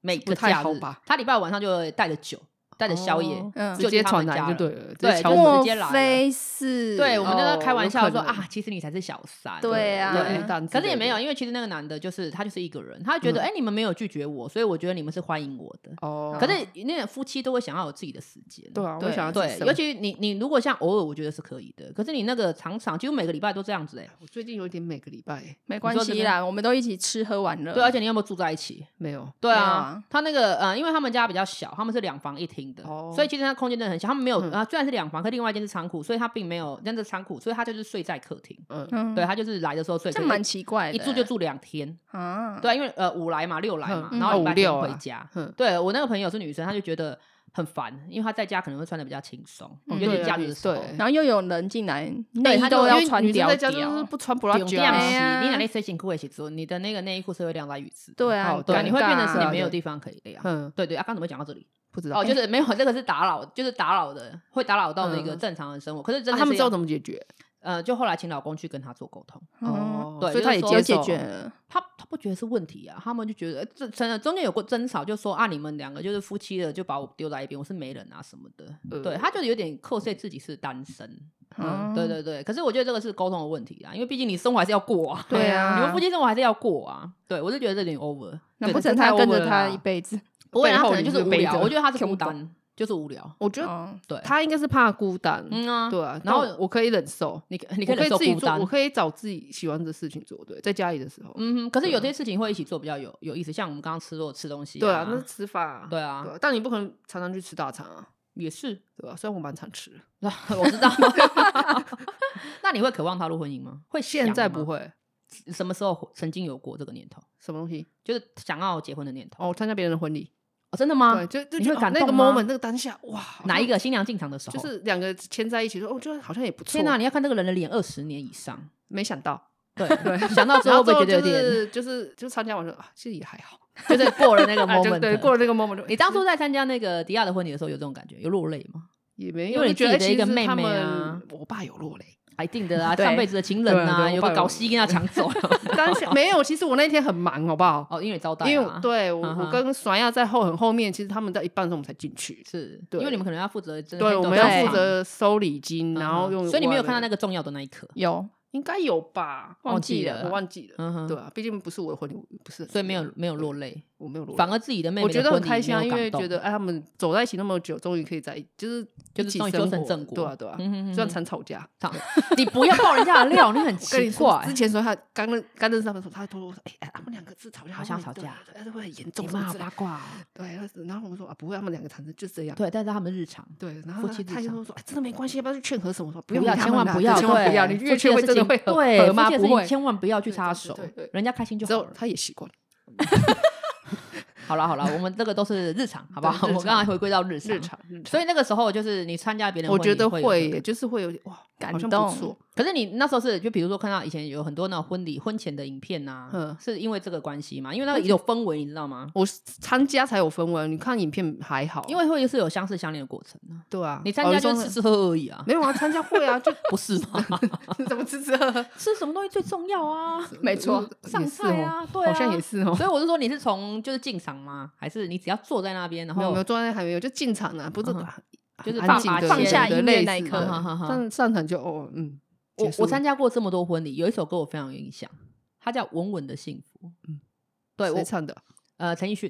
A: 每个
B: 不太
A: 假
B: 好
A: 日
B: 吧，
A: 他礼拜五晚上就会带着酒，带着宵夜，
B: 哦
C: 嗯
B: 直接传来就对了，直接
A: 对
B: 敲
A: 啊就是
B: 门
A: 直
C: 莫
A: 接来了
C: 非是？
A: 对，我们就在
B: 哦
A: 开玩
B: 有
A: 笑
B: 可
A: 说
B: 能
A: 啊，其实你才是小三，
C: 对啊
B: 有
A: 对
B: 黑蛋之
A: 可是也
B: 类的
A: 没有，因为其实那个男的就是他就是一个人，他觉得
B: 嗯
A: 哎、你们没有拒绝我，所以我觉得你们是欢迎我的。
B: 哦。
A: 可是那个夫妻都会想要有自己的时间，
B: 对啊，我
C: 对
B: 想要自
A: 对，
B: 己生
A: 尤其你你如果像偶尔，我觉得是可以的。可是你那个常常几乎每个礼拜都这样子哎、
B: 我最近有点每个礼拜欸
C: 没关
A: 你说这
C: 系
A: 边
C: 啦，我们都一起吃喝玩乐。
A: 对，而啊且你有没有住在一起？
B: 没有
A: 对啊，
C: 没有啊
A: 他那个呃，因为他们家比较小，他们是两房一厅的，
B: 哦
A: 所以其实他空间真的很小。他们没有、
B: 嗯
A: 啊，虽然是两房，可另外一间是仓库，所以他并没有那是仓库，所以他就是睡在客厅。
B: 嗯
C: 嗯，
A: 对，他就是来的时候睡客
C: 这
A: 厅，
C: 蛮奇怪的
A: 一
C: 欸，
A: 住就住两天。
C: 啊，
A: 对啊，因为呃五来嘛，六来嘛，
B: 嗯
A: 然后
B: 嗯
A: 礼拜
B: 哦五六
A: 天
B: 啊
A: 回家。
B: 嗯
A: 对我那个朋友是女生，她就觉得很烦，因为她在家可能会穿的比较轻松，
C: 嗯
A: 尤
B: 对
A: 其
B: 啊
A: 假日
B: 女
A: 的时候。
B: 对
C: 然后又有人进来，内
A: 对
C: 衣
A: 他就
C: 都
A: 因
C: 要
A: 为
C: 穿
B: 女生
C: 吊
B: 在家就是
C: 吊，
B: 不穿不拉
A: 不
B: 脚
A: 要
C: 哎
A: 洗，
B: 啊，
C: 呀
A: 你哪里塞辛苦的洗之你的那个内衣裤是会晾在浴室的。
C: 对啊，
B: 好
C: 很
A: 对啊，
B: 尴
A: 你会变成是你
C: 尬
A: 没有
B: 的
A: 地方可以晾。
B: 嗯，
A: 对对，啊，刚怎么讲到这里？
B: 不知道
A: 哦，就是没有， (laughs) 这个是打扰，就是打扰的，会打扰到那个
B: 嗯
A: 正常的生活。可是真
B: 啊
A: 的
B: 他们知道
A: 么，
B: 怎么解决
A: 呃，就后来请老公去跟他做沟通，
C: 嗯，
B: 哦，
A: 对就
B: 所以
A: 是
B: 他也
A: 说
B: 接
C: 有
B: 受
C: 解决了，
A: 他他不觉得是问题啊，他们就觉得呃这真的中间有过争吵，就说啊你们两个就是夫妻了，就把我丢在一边，我是媒人啊什么的。
B: 呃
A: 对他就是有点扣碎自己是单身，
B: 嗯
C: 嗯，
A: 对对对。可是我觉得这个是沟通的问题啊，因为毕竟你生活还是要过啊，
C: 对
A: (laughs) 你们
C: 啊
A: 夫，妻生活还是要过啊。对我就觉得这点 over，
C: 难
B: 对
C: 不
B: 这
C: 成
B: 太
C: 他跟
B: over
C: 着
B: 了
C: 他
B: 啦
C: 一辈子？
A: 不会啊，
B: 背
A: 他
B: 后
A: 可能就是
B: 你是
A: 无
B: 背
A: 聊，
B: 着
A: 我觉得他是
B: 全
A: 孤
B: 部都
A: 单，就是无聊。
B: 我觉得
C: 哦，
A: 对，
B: 他应该是怕孤单，
A: 嗯啊，
B: 对啊，
A: 然
B: 然
A: 后
B: 后我可以忍受，
A: 你可你
B: 我
A: 可以忍受
B: 自己
A: 孤
B: 做，
A: 单
B: 我，可以找自己喜欢的事情做，对，在家里的时候，
A: 嗯哼，可是有
B: 对啊
A: 些事情会一起做比较有有意思，像我们刚刚吃肉吃东西、
B: 对
A: 啊
B: 啊，，那是吃法啊，
A: 对啊
B: 对啊，但你不可能常常去吃大餐啊，
A: 也
B: (laughs)
A: 是， (laughs)
B: 对吧？虽然我蛮常吃的，
A: 我知道。 (laughs) 那你会渴望踏入婚姻吗？会
B: 现
A: 想
B: 在
A: 吗
B: 不，会，
A: 什么时候曾经有过这个念头，
B: 什么东西？
A: 就是想要结婚的念头？
B: 哦，参加别人的婚礼，
A: 哦真的吗
B: 对，？就就
A: 你
B: 觉
A: 会
B: 得哦
A: 感
B: 那个
A: 动吗
B: moment 那个当下，哇，好
A: 哪
B: 像
A: 一？个新娘进场的时候？
B: 就是两个牵在一起说，哦，就好像也不错
A: 天。哪，你要看这个人的脸二十年以
B: (laughs)
A: 上。
B: 没想到，
A: 对，想到之后会不会觉得有
B: 就
A: 点，
B: 是就是就参加完说啊，其实也还好。
A: 就是过了那个
B: (laughs) 啊就
A: moment。
B: 对，过了那个 moment，就
A: 你当初在参加那个迪亚的婚礼的时候，有这种感觉，有落泪吗？
B: 也没
A: 因
B: 有，
A: 为
B: 就
A: 你
B: 觉
A: 自
B: 得
A: 己的
B: 哎
A: 一个
B: 其实
A: 妹
B: 他
A: 妹啊
B: 们我爸有落泪，
A: 一定的啊，
B: 对
A: 上辈子的情人
B: 对
A: 啊，
B: 对
A: 有个
B: 我爸
A: 搞
B: 有
A: 西跟他抢
B: (laughs)
A: 走了。
B: 当下没有，其实我那天很忙，好不好？
A: (laughs) 哦，因为你招待啊，
B: 因为我对我
A: 哈哈
B: 我跟爽亚在后很后面，其实他们在一半的时候我们才进去。
A: 是
B: 对
A: 因为你们可能要负责真的
B: 对，
A: 黑
B: 我
A: 豆
B: 们
A: 的
B: 要
A: 厂
B: 负责收礼金，然后
A: 嗯哼
B: 用。
A: 所以你没有看到那
B: 个，
A: 个重要的那一刻，
C: 有
B: 应该有吧？
A: 忘记了
B: 我忘记了。
A: 嗯哼，
B: 对，啊，毕竟不是我的婚礼，我不是很，
A: 所以没有没有落泪，
B: 我没有裸
A: 反
B: 而
A: 而自己的妹妹
B: 我觉
A: 的
B: 得
A: 婚礼
B: 很开心啊，
A: 没有
B: 因为
A: 感
B: 觉得
A: 动
B: 哎，他们走在一起那么久，终于可以在一就是
A: 就是
B: 一起
A: 终于修
B: 生
A: 成
B: 活
A: 正果
B: 对啊，对啊
A: 嗯哼，哼
B: 虽然
A: 哼
B: 常吵架。
A: 好你不要爆人家的料，你很
B: (laughs) 我跟
A: 奇
B: 你说，
A: 怪
B: 之。前说他刚认刚认识他们的时候，他还偷偷说：“哎，哎他们两个是吵架，
A: 好像
B: 他们
A: 吵架
B: 对对对会很严
A: 你
B: 重什
A: 妈
B: 么
A: 好
B: 之类的
A: 八卦哦，
B: 对，然后我们说啊，不会，他们两个产生就这样。
A: 对，但是他们日常
B: 对，然
A: 夫
B: 后
A: 妻
B: 他他
A: 之
B: 就
A: 常
B: 说说，哎，真的没关系，要不要去劝和什么？说
A: 不要，
B: 理他
A: 千
B: 们
A: 万
B: 啦
A: 不
B: 对
A: 要，
B: 千万
A: 对
B: 不要，你
A: 夫
B: 越
A: 妻
B: 劝
A: 的
B: 会
A: 事
B: 真的
A: 情
B: 会
A: 对，
B: 和
A: 夫
B: 吗？
A: 妻的
B: 不
A: 事情
B: 会。
A: 千万不要去插
B: 对对
A: 手
B: 对对，
A: 人家开心就
B: 之
A: 好
B: 后
A: 了。
B: 他也习惯了，
A: 好了好了，我们这个都是日
B: (laughs)
A: 常，好不好？
B: 对日
A: 我刚才回归到日
B: 日常日常。
A: 所以那个时候就是你参加别人的
B: 我
A: 婚礼
B: 觉得
A: 会有这
B: 会
A: 个
B: 耶，就是会有点哇，
C: 感
B: 好像
C: 动
B: 不错。
A: 可是你那时候是就比如说看到以前有很多那种婚礼婚前的影片呐、
B: 嗯
A: 是因为这个关系嘛？因为那个有氛围，你知道吗？
B: 我是参加才有氛围，你看影片还好，
A: 因为会是有相识相恋的过程啊。
B: 对啊，
A: 你参
B: 哦
A: 加
B: 说
A: 就是吃吃喝喝而已啊，
B: 没有啊，参加会啊，就
A: 不是吗？
B: (laughs) 怎么吃吃喝喝，
A: 吃什么东西最重要啊？
C: 没错，
B: 也
A: 上
B: 是
A: 菜
B: 哦
A: 啊，对啊，
B: 好像也。是哦。
A: 所以我是说，你是从就是进场吗？还是你只要坐在那边，然
B: 没有
A: 后
B: 没有，坐在那还没有，就进场啊，不是
A: 嗯哼
B: 啊
A: 就是
B: 很
A: 放
B: 安静
A: 把
B: 对
A: 放
B: 对
A: 下
B: 对
C: 音
B: 类
C: 乐那
B: 似
C: 一刻
B: 的
A: 哈哈哈
B: 但上场就哦嗯，
A: 我
B: 结束
A: 我参加过这么多婚礼，有一首歌我非常有印象，它叫《稳稳的幸福》。嗯
B: 嗯，
A: 对我
B: 谁唱的？
A: 呃，陈奕迅。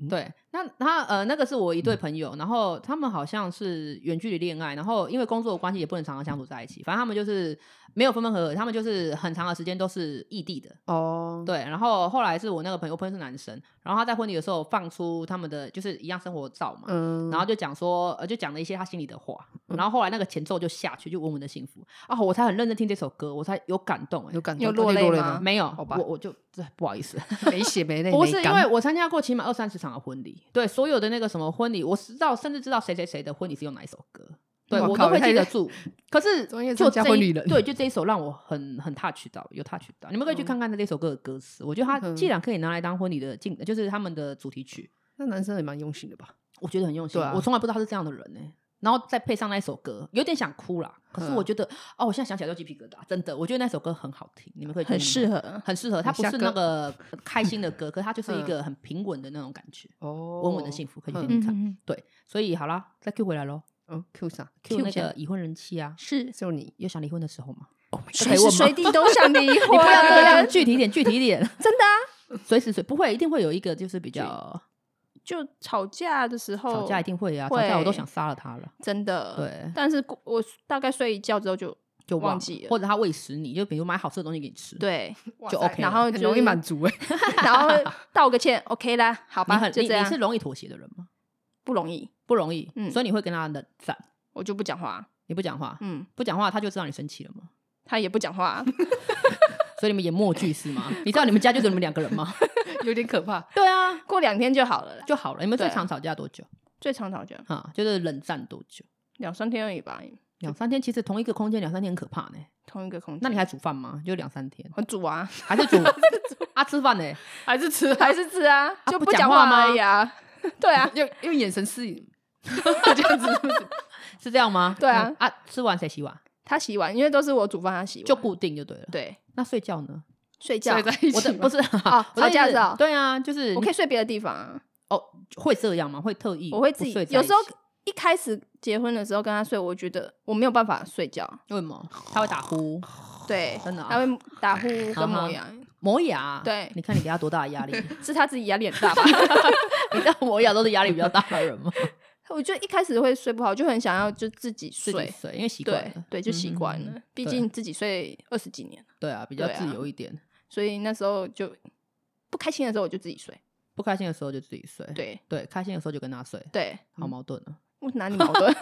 B: 嗯
A: 对，那他呃，那个是我一对朋友，然后他们好像是远距离恋爱，然后因为工作的关系也不能常常相处在一起，反正他们就是没有分分合合，他们就是很长的时间都是异地的。
B: 哦，
A: 对，然后后来是我那个朋友，我朋友是男生，然后他在婚礼的时候放出他们的就是一样生活照嘛，
B: 嗯，
A: 然后就讲说，呃，就讲了一些他心里的话，然后后来那个前奏就下去，就稳稳的幸福啊，我才很认真听这首歌，我才有感动哎、
B: 有感动，
C: 有
B: 到
C: 落
B: 底
C: 泪
B: 吗？
A: 没有，
B: 好吧
A: 我我就这不好意思，
B: 没血没泪，
A: 不
B: 哎没
A: 是因
B: 感
A: 为我参加过起码二三十场的婚礼，对所有的那个什么婚礼，我知道甚至知道谁谁谁的婚礼是用哪一首歌，对
B: 哇
A: 我
B: 靠
A: 都会
B: 太
A: 记得
B: 太
A: 住。可是
B: (laughs) 专业
A: 就
B: 参加
A: 这
B: 婚
A: 一
B: 礼人
A: 对，就这一首让我很很 touch 到，有 touch 到。你们可以去
B: 嗯
A: 看看那首歌的歌词，我觉得它
B: 嗯
A: 既然可以拿来当婚礼的进，就是他们的主题曲，
B: 那男生也蛮用心的吧？
A: 我觉得很用心。
B: 对啊
A: 我从来不知道他是这样的人呢、然后再配上那一首歌，有点想哭啦。可是
B: 嗯
A: 我觉得，哦，我现在想起来都鸡皮疙瘩，真的。我觉得那首歌很好听，你们可以去
C: 很
A: 听听
C: 适，合。
A: 很适合。它不
B: 下
A: 是
B: 歌
A: 那个开心的
C: (laughs)
A: 歌，可是它就是一
B: 嗯
A: 个很平稳的那种感觉，
B: 哦
A: 稳稳的幸福，可以去听
B: 嗯
A: 听看。
C: 嗯，
A: 对，所以好啦，再 Q 回来喽
B: 嗯，Q 啥？
A: ，Q
C: Cue
A: 那
C: 一下
A: 个已婚人妻啊，
C: 是
B: 就你
A: 有想离婚的时候
C: (laughs)
A: 吗？
C: 随时随地都想离
A: (laughs) 你
C: 婚
A: 不要这样， (laughs) 具体一点，具体一点，
C: (laughs) 真的啊！
A: (laughs) 随时随不会，一定会有一个就是比较
C: 就吵架的时候，
A: 吵架一定会啊，吵
C: 哦会
A: 架我都想杀了他了，
C: 真的。
A: 对，
C: 但是过我大概睡一觉之
A: (laughs)
C: 后就
A: 就
C: 忘
A: 了
C: 记了
A: 或者他喂食你，就比如买好吃的东西给你吃，，
C: 对，
A: 就 OK
C: 然
A: 了
C: 后
B: 很
C: 就
B: 容易
C: 是
B: 满足哎。
C: 然后道个歉，OK 啦，好
A: 你
C: 吧，
A: 很
C: 就
A: 你
C: 这
A: 你
C: 样，
A: 是容易妥协的人吗？
C: 不容易，
A: 不容易，
C: 嗯
A: 所以你会跟他冷战，
C: 我就不讲话，
A: 你不讲话，
C: 嗯，
A: 不讲话他就知道你生气了嘛，
C: 他也不讲话，
A: 所以你们演默剧是
C: (laughs)
A: 吗？你知道你们家就只有你们两个人吗？
B: (laughs) 有点可 (laughs) 怕。
A: 对啊，
C: 过两天就好了啦。
A: 就好了。你们最
C: 对啊
A: 常吵架多久
C: 最常吵架
A: 啊？就是冷战多久？
C: 两三天而已吧，
A: 两三天，其实同一个空间两三天很可怕呢。
C: 同一个空间。
A: 那你还煮饭吗？就两三天，
C: 我煮啊，
A: 还是
C: (laughs)
A: 煮啊吃饭呢？
B: 还
A: (laughs)
B: 是吃，
C: 还是吃啊，就
A: 不
C: 不
A: 讲
C: 讲
A: 话吗
C: 而已啊。 (laughs)
A: (laughs)
C: 对啊，
B: 用用眼神示意，这样子是不是？
A: 是这样吗？
C: 对啊
A: 嗯啊，吃完谁洗碗？
C: 他洗碗，因为都是我煮饭，他洗碗。
A: 就固定就对了。
C: 对，
A: 那睡觉呢？
C: (laughs) 睡觉
B: 睡，在一
A: 我的
B: 起吗
A: 不是 (laughs)
C: 哦
A: 我的
C: 吵
A: 意
C: 架
A: 思
C: 是哦
A: 对啊，就是
C: (laughs) 我可
A: 你
C: 以睡别的地方啊。
A: 哦，会这样吗？会特意
C: 我会自己
A: 不睡，在
C: 有
A: 一
C: 时候
A: 起
C: 一开始结婚的时候跟他睡，我觉得我没有办法睡觉，
A: 为什么他会打呼、
C: 对，
A: 真的啊
C: 他会打呼
A: 哈
C: 跟磨牙，
A: 磨牙？
C: 对
A: 你看你给他多大的
C: (laughs)
A: 压力？
C: 是他自己压力很大吧？
A: 你知道磨牙都是压力比较大的人吗？
C: 我觉得一开始会睡不好，就很想要就自己
A: 自己
C: 睡，
A: 睡，因为习惯
C: 对
A: 了，
C: 对，就习惯
A: 嗯嗯嗯
C: 了。毕
A: 对
C: 竟自己睡二十几年，
A: 对啊，比较
C: 对啊
A: 自由一点。
C: 所以那时候就不开心的时候我就自己睡，
A: 不开心的时候就自己睡，
C: 对嗯
A: 对，开心的时候就跟他睡，
C: 对，
A: 好矛盾啊！
C: 我哪里矛盾？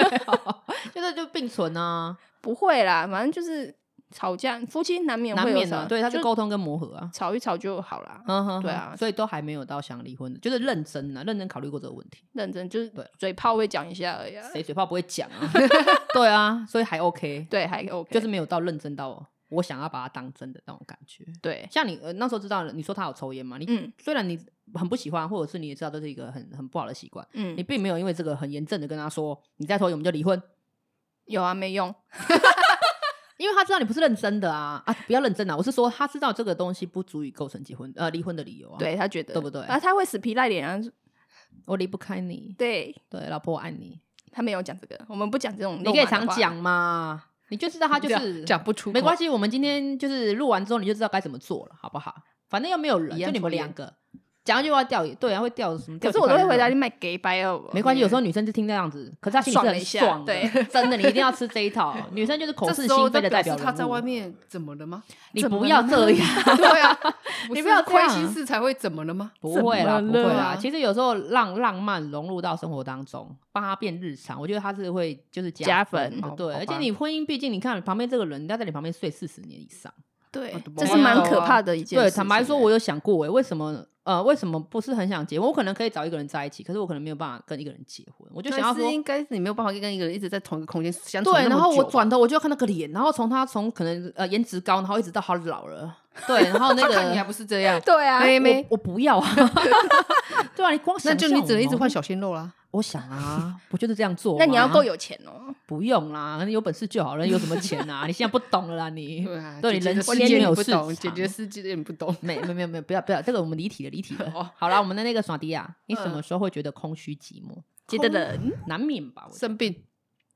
A: 就是就并存啊，
C: 不会啦，反正就是吵架，夫妻难免
A: 难
C: 会有
A: 免啊
C: 吵，
A: 的，对，他是
C: 就
A: 沟通跟磨合啊。
C: 吵一吵就好啦。
A: 嗯哼哼
C: 对啊
A: 所以都还没有到想离婚的，就是认真啊，认真考虑过这个问题。
C: 认真就是
A: 对
C: 嘴炮会讲一下而已、啊，
A: 谁嘴炮不会讲
C: (laughs)
A: 啊？对啊，所以还 OK，
C: 对，还 OK，
A: 就是没有到认真到我想要把它当真的那种感觉。
C: 对，
A: 像你、呃、那时候知道了你说他有抽烟嘛？你、
C: 嗯
A: 虽然你很不喜欢，或者是你也知道这是一个很很不好的习惯，你
C: 嗯，
A: 并没有因为这个很严正的跟他说你再抽烟我们就离婚，
C: 有啊，没用，
A: 因为他知道你不是认真的啊啊！不要认真啊！我是说他知道这个东西不足以构成结婚呃离婚的理由啊。，
C: 对他觉得
A: 对不对
C: 然后他会死皮赖脸啊，
A: 我离不开你，
C: 对
A: 对，老婆我爱你，
C: 他没有讲这个，我们不讲这种，
A: 你可以常，讲嘛，你就知道他就
B: 这样
A: 是
B: 讲 (laughs) 不出，
A: 没关
B: 系。
A: 系，我们今天就是录完之后你就知道该怎么做了，好不好？反正又没有人，
B: 一
A: 就
B: 样
A: 你们
B: 抽烟
A: 两个讲一句话掉眼，对啊，会掉什么？
C: 可是我都会回答
A: 你
C: 你，买给白哦，
A: 啊没关系。有时候女生就听这样子，可是她心里是
C: 爽了
A: 很
C: 一下
A: 爽的，
C: 对
A: 真的，你一定要吃这一套。女生就是口
B: (laughs) 这
A: 是
B: 时
A: 心
B: 候
A: 非
B: 就
A: 的代
B: 表
A: 表
B: 啊
A: 人
B: 示他在
A: 物
B: 外，面怎么了吗？
A: 你
B: 怎么
A: 不要
B: 了
A: 这样，
B: (laughs) 对啊，
A: 你
B: 是
A: 不要这
B: 亏
A: 样
B: 心事才会怎么了吗？
A: 不会啦，
B: 怎
A: 不
B: 么
A: 会
B: 了
A: 啦。其实有时候让浪漫融入到生活当中，帮它变日常，我觉得它是会就是
C: 加
A: 分哦
C: 分
A: 的。
B: 好
A: 对，
B: 好
A: 而且
B: 吧
A: 你婚姻，毕竟你看旁边这个人，要在你旁边睡四十年以上。
C: 对
A: 哦
B: 我的，
C: 这
B: 妈
C: 是蛮
B: 呀
C: 可怕的一件事
A: 对，
C: 情。
A: 坦白说，我有想过、欸，为什么呃，为什么不是很想结婚？我可能可以找一个人在一起，可是我可能没有办法跟一个人结婚。我就想要
B: 是
A: 说，
B: 应该是你没有办法跟一个人一直在同一个空间相处那么
A: 对，
B: 久吧。
A: 然后我转头我就要看那啊个脸，然后从他从可能呃颜值高，然后一直到他老 (laughs) 了，对，然后那
B: 他看你还
A: 个
B: 不是这样，
C: 对啊，
B: 妹
A: 我
B: 妹，
A: 我不要啊， (laughs) 对啊，你光想
B: 那就你只能一直
A: 象
B: 换小鲜肉啦。
A: 我想啊，我就是这样做嘛。
C: 那你要够有钱哦，
A: 不用啦，你有本事就好了，你有什么钱啊？你现在不懂了啦，你。
B: 啊
A: 对人
B: 世
A: 间
B: 界
A: 没有
B: 你不
A: 市
B: 懂，姐
A: 场
B: 姐世界你不 (laughs) 懂。
A: 没没没有没有，不要不要，这个我们离题了离题了
B: 哦。
A: 好啦，我们的那个耍迪亚，你什么
B: 嗯
A: 时候会觉得空虚寂寞？
C: 觉得人
A: 难免吧，我觉得
B: 生病，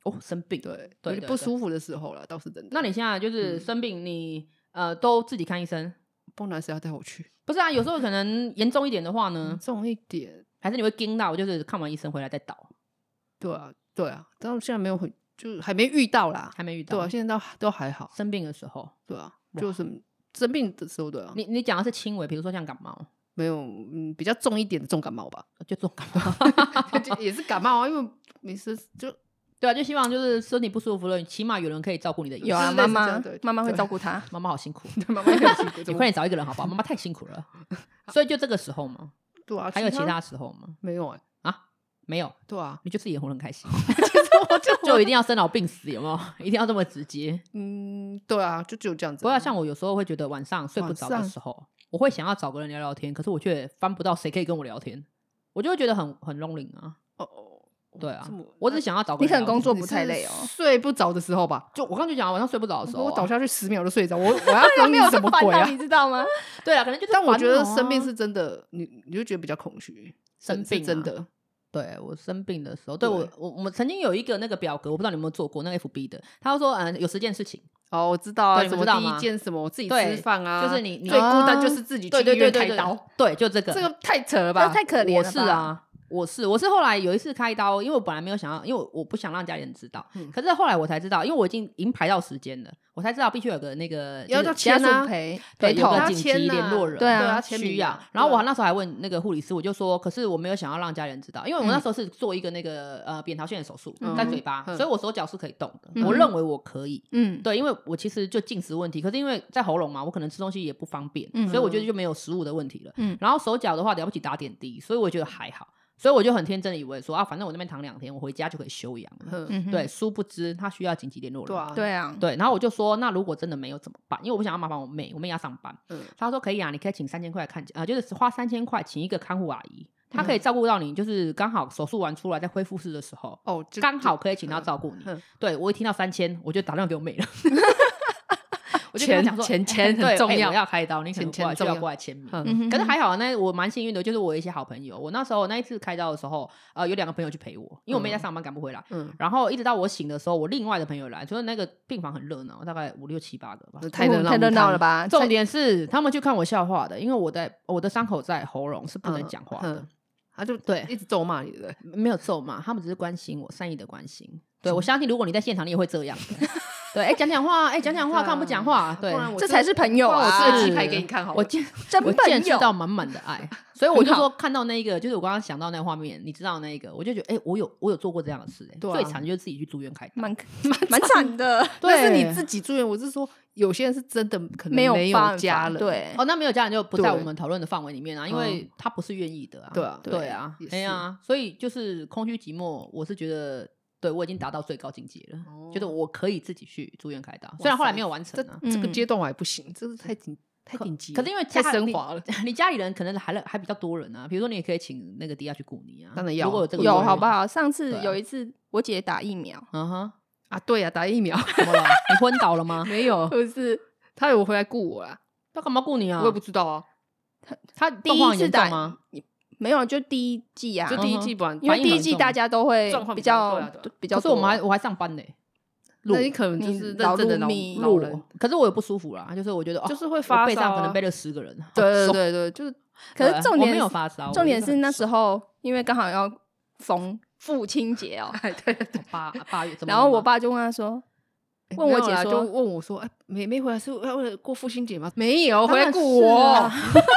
A: 哦生病。
B: 对，
A: 对
B: 有
A: 对
B: 点不
A: 对
B: 舒服的时候了，倒是真的。
A: 那你现在就是
B: 嗯
A: 生病，你呃都自己看医生？
B: 不然谁要带我去？
A: 不是啊，有时候可能严重一点的话呢，
B: 重一点，
A: 还是你会惊到，就是看完医生回来再倒，
B: 对啊，对啊，但是现在没有很，就还没遇到啦，
A: 还没遇到。
B: 对啊，现在都都还好，
A: 生病的时候，
B: 对啊，
A: 哇
B: 就是生病的时候，对啊，
A: 你你讲的是轻微，比如说像感冒，
B: 没有，嗯，比较重一点的重感冒吧，
A: 就重感冒。
B: 就也是感冒啊，因为没事就
A: 对啊，就希望就是身体不舒服了，起码有人可以照顾你的。
C: 有啊，
B: 是类似
C: 妈
B: 这样
C: 妈
B: 对
C: 妈妈会
B: 对
C: 照顾他，
A: 妈妈好辛苦，
B: 妈妈也很辛 (laughs) 苦，
A: 你
B: 怎么
A: 快点找一个人好不好？妈妈
B: (laughs)
A: 太辛苦了。所以就这个时候嘛，
B: 对啊？
A: 还有其他时候吗？
B: 没有哎，
A: 啊，没有，
B: 对啊，
A: 你就自己活得很开
B: (laughs)
A: 心，就就一定要生老病死，有没有？一定要这么直接？
B: 嗯，对啊，就只有这样子。
A: 不要像我有时候会觉得晚上睡不着
B: 晚
A: 的
B: 上
A: 时候，我会想要找个人聊聊天，可是我却翻不到谁可以跟我聊天，我就会觉得很很 lonely 啊。
B: 哦哦，哦
A: 对啊
B: 这么，
A: 我只是想要找个
C: 你
A: 人
C: 可能
A: 聊
C: 工
A: 天
C: 作不太累哦
B: 你是睡不着的时候吧。
A: 就我刚刚就讲啊晚上睡不着的时候啊、
B: 我倒下去十秒就睡着，我我要整
C: 没
B: 你
C: 有
B: 什么
C: 烦
B: 鬼
C: 恼，
B: 啊？
C: 你知道吗？
A: (laughs) 对啊，可能就是、
B: (laughs) 但我觉得生病是真的，你你就觉得比较空虚，是
A: 啊生病
B: 是真
A: 啊
B: 的。
A: 对我生病的时候，对
B: 对
A: 我我我们曾经有一个那个表格，我不知道你有没有做过那个 FB 的，他就说嗯有十件事情，
B: 哦，我知道啊，
A: 对你
B: 什
A: 们
B: 么
A: 知道
B: 第一
A: 吗
B: 件什么，我自己
A: 对
B: 吃饭啊，
A: 就是你你
B: 最孤单
C: 啊
B: 就是自己去
A: 对对
B: 医
A: 对
B: 院
A: 对
B: 开
A: 对
B: 刀，，
A: 对就这个
B: 这个太扯了
C: 这
B: 吧？
C: 太可怜了
A: 我
C: 吧
A: 是，啊，我是我是后来有一次开刀，因为我本来没有想要，因为我我不想让家里人知道，
B: 嗯
A: 可是后来我才知道，因为我已经已经排到时间了，我才知道必须有个那个
B: 要
A: 就是家
B: 叫签啊
A: 属
C: 送陪
A: 对，
B: 陪
A: 有
B: 同
A: 个
B: 要
A: 紧急
B: 签呐
A: 联络人，
C: 对啊
B: 要签名
A: 需要
B: 啊。
A: 然后我
B: 对啊
A: 那时候还问那个护理师，我就说，可是我没有想要让家人知道，因为我那时候是做一个那个呃扁桃腺的手术，
B: 嗯
A: 在嘴巴，
B: 嗯
A: 所以我手脚是可以动的，
C: 嗯
A: 我认为我可以。
C: 嗯，
A: 对，因为我其实就进食问题，可是因为在喉咙嘛，我可能吃东西也不方便，
C: 嗯
A: 所以我觉得就没有食物的问题了。
C: 嗯
A: 然后手脚的话，了不起打点滴，所以我觉得还好，所以我就很天真的以为说啊，反正我那边躺两天，我回家就可以休养了。
B: 嗯
C: 嗯哼
A: 对，殊不知他需要紧急联络人。
B: 对啊，
C: 对啊，
A: 对，然后我就说，那如果真的没有怎么办？因为我不想要麻烦我妹，我妹要上班。
B: 嗯
A: 她说可以啊，你可以请三千块看，呃，就是花三千块请一个看护阿姨，她
C: 嗯
A: 可以照顾到你，就是刚好手术完出来在恢复室的时候，
B: 哦，就
A: 刚
B: 就
A: 好可以请她照顾你
B: 嗯嗯。
A: 对我一听到三千，我就打电话给我妹
B: (laughs)
A: 了。我就跟她
B: 钱
A: 讲说，
B: 钱
A: 哎
B: 钱
A: 对
B: 很重
A: 哎
B: 要
A: 我要开刀，你可能
B: 钱钱
A: 过来就
B: 重
A: 要
B: 要
A: 过来签名。
B: 嗯
C: 嗯哼
A: 可是还好，那我蛮幸运的，就是我有一些好朋友。我那时候那一次开刀的时候，呃，有两个朋友去陪我，因为我妹在上班赶不回来。
B: 嗯，
A: 然后一直到我醒的时候，我另外的朋友来，就是那个病房很热
B: 嗯
A: 闹，大概五六七八个吧
B: 那。嗯太热
C: 哦
B: 闹
C: 太热闹了
B: 吧？
C: 吧？
A: 重点是他们去看我笑话的，因为我在我的伤口在喉咙是不能
B: 嗯
A: 讲话的，
B: 嗯他就
A: 对
B: 一直咒骂你的，
A: 没有咒骂，他们只是关心我，善意的关心。对我相信，如果你在现场，你也会这样的。对，哎，讲讲话，哎，讲讲话，
B: 对啊
A: 看不讲话，对
B: 不。然我
C: 这
B: 真
C: 才是朋友
B: 不然我
C: 啊！
B: 设计牌给你看好了，
A: 我见
C: 真
A: 我
C: 朋
A: 见识
C: 友
A: 到满满的爱，所以我
C: 很
A: 就
C: 好
A: 说看到那一个，就是我刚刚想到那个画面，你知道那一个，我就觉得，哎，我有我有做过这样的事，哎，
B: 对啊
A: 最惨的就是自己去住院开刀，
C: 蛮蛮蛮惨的，
B: 那是
A: 对
B: 你自己住院，我是说有些人是真的可能
C: 有
B: 没
C: 办
B: 有
C: 法
B: 家人，
C: 对，
A: 哦，那没有家人就不在
B: 对嗯
A: 我们讨论的范围里面啊，因为他不是愿意的啊。
B: 对啊
A: 对啊
B: 也，
A: 哎
B: 是
A: 呀，所以就是空虚寂寞，我是觉得对我已经达到最高境界了，
B: 哦，
A: 觉得我可以自己去住院开刀，虽然后来没有完成
B: 这
A: 啊。
B: 这个
C: 嗯
B: 阶段我还不行，这是太紧太
A: 可
B: 紧急了，
A: 可是因为
B: 太
A: 家
B: 升
A: 你
B: 华 (laughs) 了，
A: 你家里人可能还还比较多人啊，比如说你也可以请那个迪亚去雇你啊，
B: 当然要
A: 如果有这个
B: 有
A: 问题
C: 好不？好？上
A: 对
C: 次
A: 啊
C: 有一次我姐打疫苗，
A: 嗯哼，
B: 啊，对啊，打疫苗 (laughs)
A: 怎么了？你昏倒了吗？
B: 没有，
C: 不是
B: 他有回来雇我啦，
A: 他干嘛雇你啊？
B: 我也不知道啊，
A: 他
C: 第
A: 状况
C: 一
A: 很
C: 次
A: 严重
C: 打
A: 吗？？
C: 没有，就第一季啊
A: 嗯
B: 就，第一季不然，
C: 因为
A: 反应
C: 第一
A: 很
C: 季
A: 重
C: 大家都会
B: 状况
C: 比
B: 比较
C: 较
B: 对啊对啊
C: 比较
A: 可是
C: 多，
A: 我们还我还上班呢，录
B: 那你可能就
C: 你
B: 是认
C: 劳
B: 真的
C: 碌
B: 老
C: 命
B: 老
A: 录
B: 人，，
A: 可是我也不舒服啦，就是我觉得哦
B: 就是会
A: 我
B: 发
A: 背
B: 烧
A: 上
B: 啊
A: 可能背了十个人，哦
B: 对
A: 好
B: 对
A: 爽
B: 对对，
A: (laughs)
B: 就是
C: 可是
A: 对
C: 重
A: 呃我
C: 点
A: 没有
C: 是
A: 发烧，
C: 重点是那时候因为刚好要逢父亲节哦，
B: 哎对对对
A: 候八八月，怎么
C: 然后
A: 了
C: 我
A: 吗
C: 爸就问他说，问
B: 没
C: 我
B: 有
C: 姐
B: 啦就
C: 说，
B: 问我说，哎，没没回来是要为了过父亲节吗？没有，
A: 当
B: 回来
A: 然
B: 雇
A: 是
B: 我
A: 啊。 (laughs)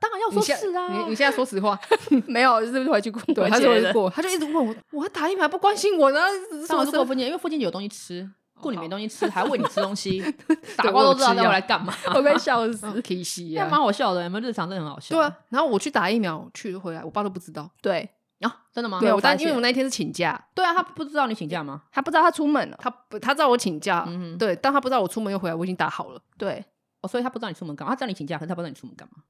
A: 当然要
B: 你
A: 说
B: 现
A: 是啊
B: 你，你现在说实话，
C: 没有，就是回去过，
B: 对，他
C: 回
B: 说
C: 去
B: 我过，他就一直问我，我还打疫苗不关心我呢，只是
A: 上
B: 我
A: 完是过
B: 是
A: 分节，因为附近有东西吃，顾你
B: 哦好
A: 没东西吃，还喂你吃东西，傻
B: (laughs) 对
A: 瓜
B: 我有
A: 都知道
B: 吃
A: 要
B: 药
A: 来干嘛，
C: 我被笑死。
B: 嗯可以啊吸
A: 那
B: 呀
A: 蛮，好笑的，有没有日常真的很好笑？
B: 对啊。然后我去打疫苗，去回来，我爸都不知道。
C: 对
A: 啊，真的吗？
B: 对，我
A: 发
B: 但因为
A: 现
B: 我那一天是请假，
A: 对啊，他不知道你请假吗？
C: 他不知道他出门了，
B: 他不他知道我请假，
A: 嗯哼
B: 对，但他不知道我出门又回来，我已经打好了。
C: 对，
A: 哦，所以他不知道你出门干嘛，他知道你请假，可是他不知道你出门干嘛。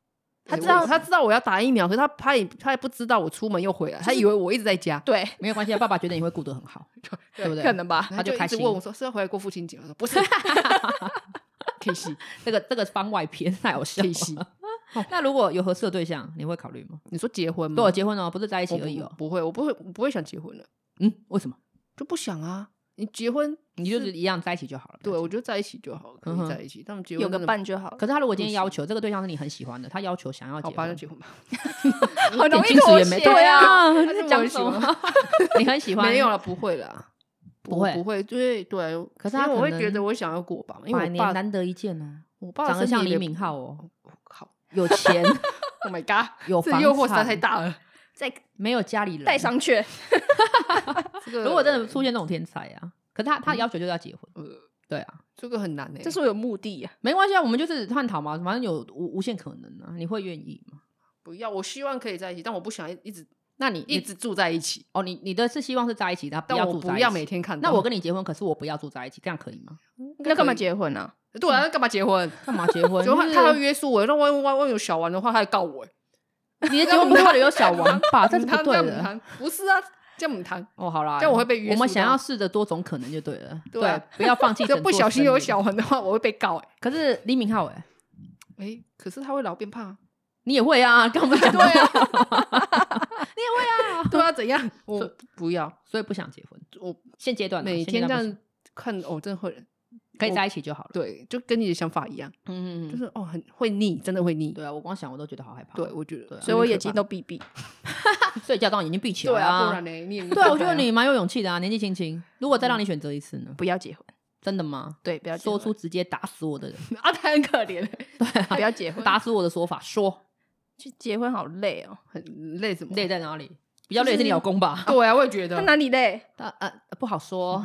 C: 他
B: 对
C: 知道
B: 我他知道我要打疫苗，可是他他也他也不知道我出门又回来，他以为我一直在
C: (laughs)
B: 家，
C: 对，
A: 没有关系啊，爸爸觉得你会顾得很好，对不对？
C: 可能吧。
A: 他就
B: 就
A: 开
B: 一直
A: 心
B: 问我说是要回来过父亲节，我说不是， (laughs) 可以吸，
A: 这个这个番外篇太好笑
B: 可以吸
A: 了。那如果有合适的对象，你会考虑吗？
B: 你说结婚吗？
A: 跟我结婚哦，不是在一起
B: 嗯我
A: 而已
B: 不
A: 哦。
B: 不会，我不会，我不会想结婚了，
A: 嗯，为什么？
B: 就不想啊。你结婚
A: 你就是一样在一起就好了。
B: 对，我觉得在一起就好，可
A: 嗯哼
B: 以在一起。他们结婚
C: 有个
B: 真的
C: 伴就好了，
A: 可是他如果今天要求这个对象是你很喜欢的，他要求想要结
B: 好吧，就
A: 婚，
B: 结婚吧。
C: 很容
A: 点金
C: 易
A: 石
C: 妥
A: 也没
C: 协。
A: 对
C: 啊，
A: 啊，
B: 他
A: 在
B: 就
A: 讲
B: 很
A: 什
B: 喜欢
A: (laughs) 么？你很喜欢？
B: 没有了，不会啦，
A: 不
B: 我
A: 会
B: 不会，对对。
A: 可是
B: 因
A: 他
B: 为我
A: 可
B: 会觉得
A: 能
B: 我想要过吧，因为
A: 百
B: 我
A: 年
B: 爸，
A: 难得一见哦，
B: 我爸的
A: 长得
B: 身体
A: 像
B: 也
A: 李
B: 没
A: 敏镐哦，
B: 我靠
A: 有
B: (laughs)
A: 钱，
B: ，Oh my god，
A: (laughs) 有
B: 这
A: 房
B: 诱惑实在
A: 产
B: 太大了。
C: 再
A: 没有家里人，
C: 带商榷。
B: 这
A: (laughs)
B: 个
A: 如果真的出现这种天才啊，可是他
B: 嗯
A: 他的要求就是要结婚，对啊，
B: 这个很难欸诶，
C: 这是我有目的啊，
A: 没关系啊，我们就是探讨嘛，反正有无无限可能啊，你会愿意吗？
B: 不要。我希望可以在一起，但我不想一一直
A: 那你
B: 一
A: 你
B: 直住在一起，
A: 哦，你你的是希望是在一起，然后不
B: 但
A: 要
B: 我
A: 住在一
B: 不
A: 起。
B: 要每天哦看到。
A: 那我跟你结婚，可是我不要住在一起，这样可以吗？
C: 那干嘛
B: 结？
C: 结婚啊？
B: 对啊，那干嘛结婚？
A: 干嘛结
B: (laughs)
A: 婚？
B: 结
A: 就
B: 婚
A: 是
B: 他还会约束我，那万一万万有小王的话，他还告我。 (laughs)
A: 你的结婚不会有小王吧？啊这是不
B: 谈
A: 对
B: 这
A: 的
B: 样。谈，不是啊，这样谈，
A: 哦，好啦，
B: 这样我会被约
A: 我们
B: 束
A: 想
B: 到
A: 要试着多种可能就对了，
B: 对啊
A: 不要
B: (laughs)
A: 放弃。
B: 就不小心有小。王的话，我会被告。哎
A: 可是李敏镐，哎，
B: 哎，可是他会老变胖啊，
A: 你也会啊？刚不
B: (laughs)
A: 是讲过？
B: 对啊，怎
A: (laughs)
B: 样？我不要，
A: 所以不想结婚。
B: 我
A: 现阶段啊
B: 每
A: 现阶
B: 天这
A: 段不行
B: 样看，哦，真的会，
A: 可以
B: 我
A: 在一起就好了。
B: 对，就跟你的想法一样，
A: 嗯，嗯
B: 就
A: 嗯
B: 是哦，很会腻，真的会腻。
A: 对啊，我光想我都觉得好害怕。
B: 对，我觉
A: 对啊
B: 得，
C: 所以我
B: 也
C: 眼睛都闭闭。
A: 所以家长已经闭起来
B: 对
A: 了
B: 啊，
A: 啊
B: 不然呢？嗯你也
A: 对啊，我觉得你蛮有勇气的啊，年纪轻轻。如果再让你选择一次呢？
C: 不要结婚，
A: 真的吗？
C: 对，不要结
A: 说
C: 婚
A: 出直接打死我的人，
B: 啊，他很可怜，
A: 欸
C: 不要结婚，
A: 打死我的说法，说
C: 去结婚好累哦。
B: 很累什么？
A: 累在哪里？比较累
C: 就是
A: 的是你老公
B: (laughs)
A: 吧？
B: 对啊，我也觉
C: 他
B: 得。
C: 哪里累？
B: 呃
A: 啊啊，不好 (laughs) 说。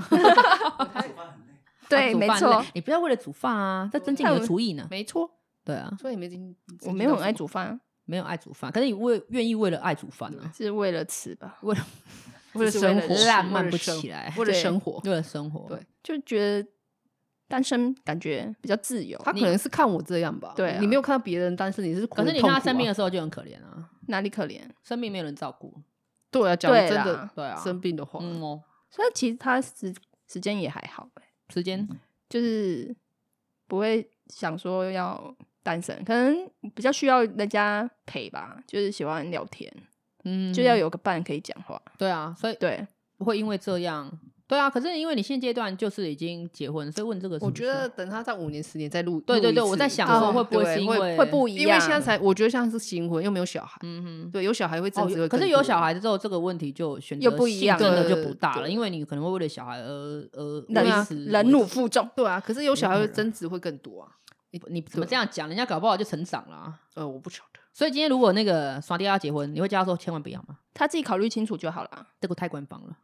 C: 对，
A: 啊煮
C: 没
A: 饭
C: 错
A: 累，你不要为了煮饭啊，在增进你的厨艺呢。
B: 没错，
A: 对啊，
B: 所以没经，
C: 我没有很爱煮饭啊，
A: 没有爱煮饭，可是你为愿意为了爱煮饭呢、
C: 是为了吃吧，
A: 为了
B: (laughs)
A: (laughs)
B: 为了
A: 只是为
B: 生
A: 了
B: 活
A: 浪漫
B: 为了
A: 不
B: 生
A: 起来
B: 为了
C: 对
B: 生活。
A: 为了生活。
B: 对
C: 就觉得单身感觉比较自由。
B: 他可能是看我这样吧，
C: 对啊
B: 你没有看到别人单身，你是苦
A: 可是你
B: 痛
A: 看他
B: 苦
A: 生病
B: 啊，
A: 的时候就很可怜啊，
C: 哪里可怜？
A: 生病没有人照顾。
B: 对啊，讲
C: 对
B: 真的
C: 啦，
A: 对啊
B: 生病的话，
A: 嗯哦，
C: 所以其实他时时间也还好、欸，
A: 时间
C: 就是不会想说要单身，可能比较需要人家陪吧，就是喜欢聊天，
A: 嗯
C: 就要有个伴可以讲话。
A: 对啊，所以
C: 对，
A: 不会因为这样。对啊，可是因为你现阶段就是已经结婚，所以问这个是不
B: 我
A: 是，
B: 觉得等他在五年、十年再录，
A: 对对对，
B: 录一次
A: 我在想
B: 对
A: 说会不会
B: 对
A: 是因
B: 会
A: 为
C: 会不一
B: 因为
C: 样
B: 现在才，我觉得像是新婚，又没有小孩，
A: 嗯哼。
B: 对，有小孩会
A: 哦
B: 争执，会
A: 有可是
B: 更
A: 有
B: 多
A: 小，孩之后，这个问题就选择
C: 又不一
A: 性
C: 样
A: 真的
B: 了
A: 就不大了，
B: 对
A: 因为你可能会为了小孩而而
C: 忍
A: 为
B: 啊
A: 此
C: 忍辱负重，
B: 对啊，可是有小孩会争执会更多啊，
A: 你你怎么这样讲？人家搞不好就成长了啊、
B: 呃，我不晓得，
A: 所以今天如果那个耍爹要结婚，你会叫他说千万不要吗？
C: 他自己考虑清楚就好
A: (laughs)
C: 了。
A: 这个太官方了。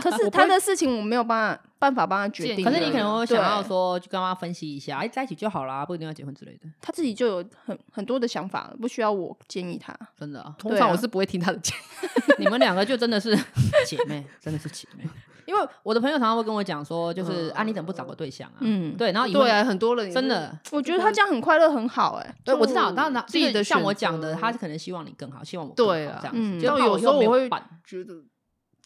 C: 可是他的事情我没有办法办法帮他决定
A: 可
C: 的，
A: 是你可能会想要
C: 对
A: 说，就跟妈妈分析一下，哎，在一起就好啦，不一定要结婚之类的。 (laughs)
C: 他自己就有很很多的想法了，不需要我建议他。
A: 真的啊、
B: 通
C: 对
B: 常
C: 啊
B: 我是不会听他的建议，
A: 你们两个就真的
B: (laughs)
A: 是姐妹，真的是姐妹。因为我的朋友常常会跟我讲说，就是、啊，你怎么不找个对象啊？
C: 嗯，
A: 对，
B: (laughs)
A: 然后以后
B: 嗯对啊，很多人
A: 真，的，
C: 我觉得他这样很快乐，很好哎、
A: 对我知道，当然
B: 自己的
A: 像我
B: 选择
A: 讲的，他可能希望你更好，希望我更好
B: 对啊
A: 这样
C: 嗯
A: 子。就
B: 到
A: 怕
B: 有时候
A: 以后没
B: 我会
A: 伴
B: 觉得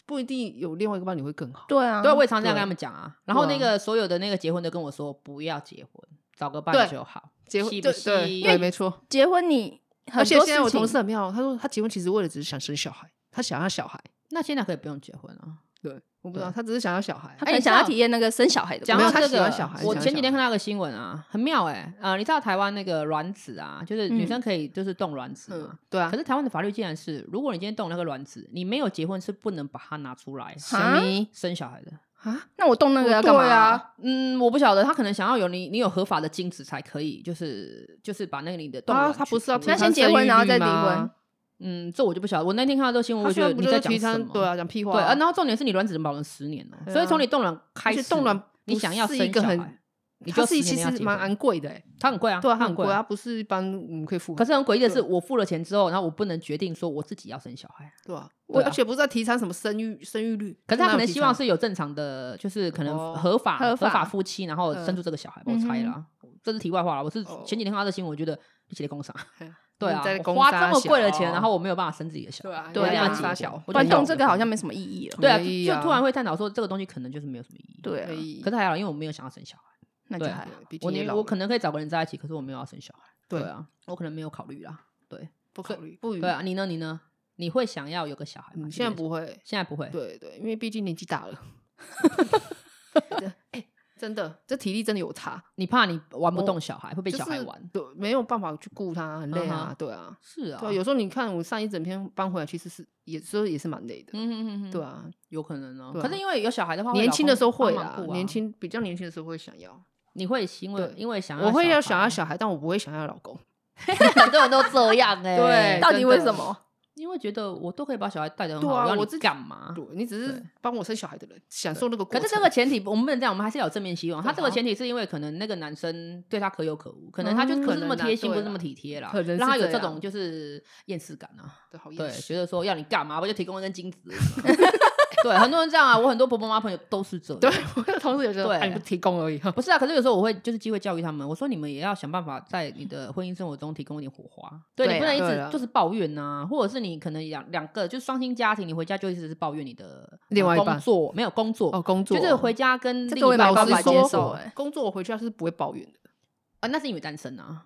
B: 不一定有另外一个伴侣会更好，
C: 对啊，
A: 对，我也常这样
B: 对
A: 跟他们讲啊。然后
B: 对
A: 那
B: 啊
A: 个所有的那个结婚的跟我说，不要结婚，找个伴
B: 对
A: 就好。
B: 结婚
A: 吸不
B: 对对
A: 吸
B: 对，没错，
C: 结婚你很
B: 而且
C: 多
B: 现在我
C: 事情
B: 同事很妙，他说他结婚其实为了只是想生小孩，他想要小孩。
A: 那现在可以不用结婚啊。
B: 对，我不知
A: 对
B: 道，他只是想要小孩
A: 哎
C: 他。可能
A: 你知
C: 想要
A: 道
C: 体验那个生小孩的
A: 讲
C: 过
A: 到
B: 没有
C: 程
B: 他
A: 这
B: 喜
A: 个
B: 欢小孩，
A: 我
B: 喜欢
A: 前几
B: 小
A: 天看到一个新闻啊，很妙哎、呃，你知道台湾那个卵子啊，就是女
C: 嗯
A: 生可以就是动卵子嘛。
B: 嗯，对啊
A: 可，是台湾的法律竟然是，如果你今天动那个卵子，你没有结婚是不能把它拿出来
C: 哈
A: 生小孩的。
B: 啊，
C: 那我动那个
A: 哦
C: 要干嘛？
B: 对啊，
A: 嗯，我不晓得，他可能想要有你，你有合法的精子才可以，就是就是把那个你的动
B: 啊，
A: 卵
B: 他
A: 去
B: 不是要
A: 处
B: 提
A: 理
C: 那
B: 倡
C: 先结
B: 生育
C: 婚然后
B: 率
C: 再离
B: 吗
C: 婚？
A: 嗯，这我就不晓得。我那天看到这个新闻，
B: 他
A: 我
B: 现
A: 觉
B: 在
A: 得
B: 不
A: 你
B: 就
A: 在
B: 是
A: 讲
B: 提
A: 什
B: 倡
A: 么？
B: 对啊，讲屁话
A: 对
B: 啊
A: 啊，然后重点是你卵子能保存十年哦、
B: 对
A: 所以
B: 啊
A: 从你冻卵开
B: 而且
A: 始，
B: 冻卵
A: 你
B: 不
A: 想要
B: 是
A: 生
B: 一个
A: 小
B: 很
A: 孩，你
B: 它
A: 就是10
B: 其
A: 年要
B: 实
A: 结
B: 蛮
A: 婚
B: 昂贵的欸，
A: 它很贵啊，
B: 对啊，
A: 它
B: 它
A: 很
B: 很贵，
A: 啊
B: 它。不是一般我们可以付。
A: 可是很诡异的是，
B: 对
A: 我付了钱之后，然后我不能决定说我自己要生小孩。
B: 对啊，
A: 对
B: 我
A: 啊
B: 而且不是在提倡什么生育生育率，
A: 可是他
B: 哪有
A: 可能
B: 提
A: 希望
B: 倡
A: 是有正常的，就是可能
B: 哦
A: 合法
C: 合
A: 法
C: 法
A: 夫妻，然后生出这个小孩吧，我
C: 嗯
A: 猜啦。这是题外话啦，我是
B: 哦
A: 前几天看到这新闻，我觉得一起的工伤
B: 嘿。
A: 对啊
B: 你在，
A: 我
B: 攻
A: 花
B: 杀
A: 这么贵的
B: 小
A: 钱，然后我没有办法生自己的小
B: 对
A: 孩，
B: 啊，
C: 对
A: 我一定
C: 啊
A: 要
C: 攻
A: 结
B: 杀
A: 婚
B: 小
A: 我就
C: 不然
A: 没有
C: 动这个好像
A: 结
C: 没什么意义了。
A: 婚对啊，
B: 没意义
A: 就
B: 啊
A: 突然会探讨说这个东西可能就是没有什么意义。
C: 对啊
B: 可，以
A: 可是还好，因为我没有想要生小孩。
C: 那就
A: 对
C: 还好。
B: 毕
A: 我
B: 竟也
A: 宁
B: 老
A: 我
B: 了
A: 可能可以找个人在一起，可是我没有要生小孩。
B: 对
A: 啊，我可能没有考虑啦。对
B: 不考虑不予
A: 对，啊，你呢？你呢？你会想要有个小孩吗？
B: 嗯现在
A: 你觉得，
B: 不会，
A: 现在不会。
B: 对对，因为毕竟年
A: (laughs)
B: 纪大了，哎，真的这体力真的有差。
A: 你怕你玩不
B: 我
A: 动小孩，会被
B: 就
A: 小孩
B: 是
A: 玩。
B: 对，没有办法去顾他，很累
A: 嗯
B: 啊
A: 哼，
B: 对啊，
A: 是啊，
B: 对啊，有时候你看我上一整天搬回来，其实是也时候也是蛮累的，
A: 嗯哼哼哼，
B: 对啊，
A: 有可能哦。
B: 对啊
A: 可是因为有小孩的话，
B: 年轻的时候会
A: 啦
B: 啦，，年轻比较年轻的时候会想要，
A: 啊你会因为
B: 对
A: 因为想要
B: 我会
A: (laughs)
B: 要
A: 小孩
B: 想
A: 啊
B: 要，小孩，但我不会想要老公， (laughs)
A: 很多人都这样哎。
B: 对
C: 到底
B: 真
C: 为
B: 的
C: 什么？
A: 因为会觉得我都可以把小孩带得很
B: 对
A: 好，
B: 啊
A: 要
B: 我
A: 你
B: 自己
A: 干嘛？
B: 对你只是
A: 对
B: 帮我生小孩的人，享受那个过
A: 可
B: 程。
A: 是这个前提，我们不能这样，我们还是要有正面希望。他
B: 对
A: 这个
B: 啊
A: 前提是因为可能那个男生对他可有可无，可能他就
B: 嗯
A: 不是那么
B: 可能啊
A: 贴心，不
B: 对啦
A: 是那么体贴啦，
B: 可能是
A: 让他有
B: 这
A: 这
B: 样
A: 种就是厌世感啊。
B: 对好
A: 对
B: 厌，世 (laughs)
A: 觉得说哦要你干嘛，我就提供一根精子。 (laughs) 对，很多人这样啊，我很多婆婆妈朋友都是这样。
B: (laughs) 对，我的同事有时候
A: 对
B: 哎，你不提供而已， (laughs)
A: 不是啊，可是有时候我会就是机会教育他们，我说你们也要想办法在你的婚姻生活中提供一点火花，对
B: 对
A: 你不
B: 啊
A: 能一
B: 对
A: 直
B: 啊
A: 就是抱怨呐、或者是你可能两两个就是双薪家庭，你回家就一直是抱怨你的呃
B: 另外一
A: 工
B: 半
A: 作没有工作，
B: 哦，工作
A: 就是回家跟
C: 这
A: 另
C: 个我
A: 一
C: 也
A: 半
B: 老
C: 没
A: 爸
C: 办
B: 实
A: 爸
C: 法
A: 接受
B: 说
C: 受
A: 啊
C: 欸
B: 工作我回家是不会抱怨的，，
A: 哦那是因为单身啊。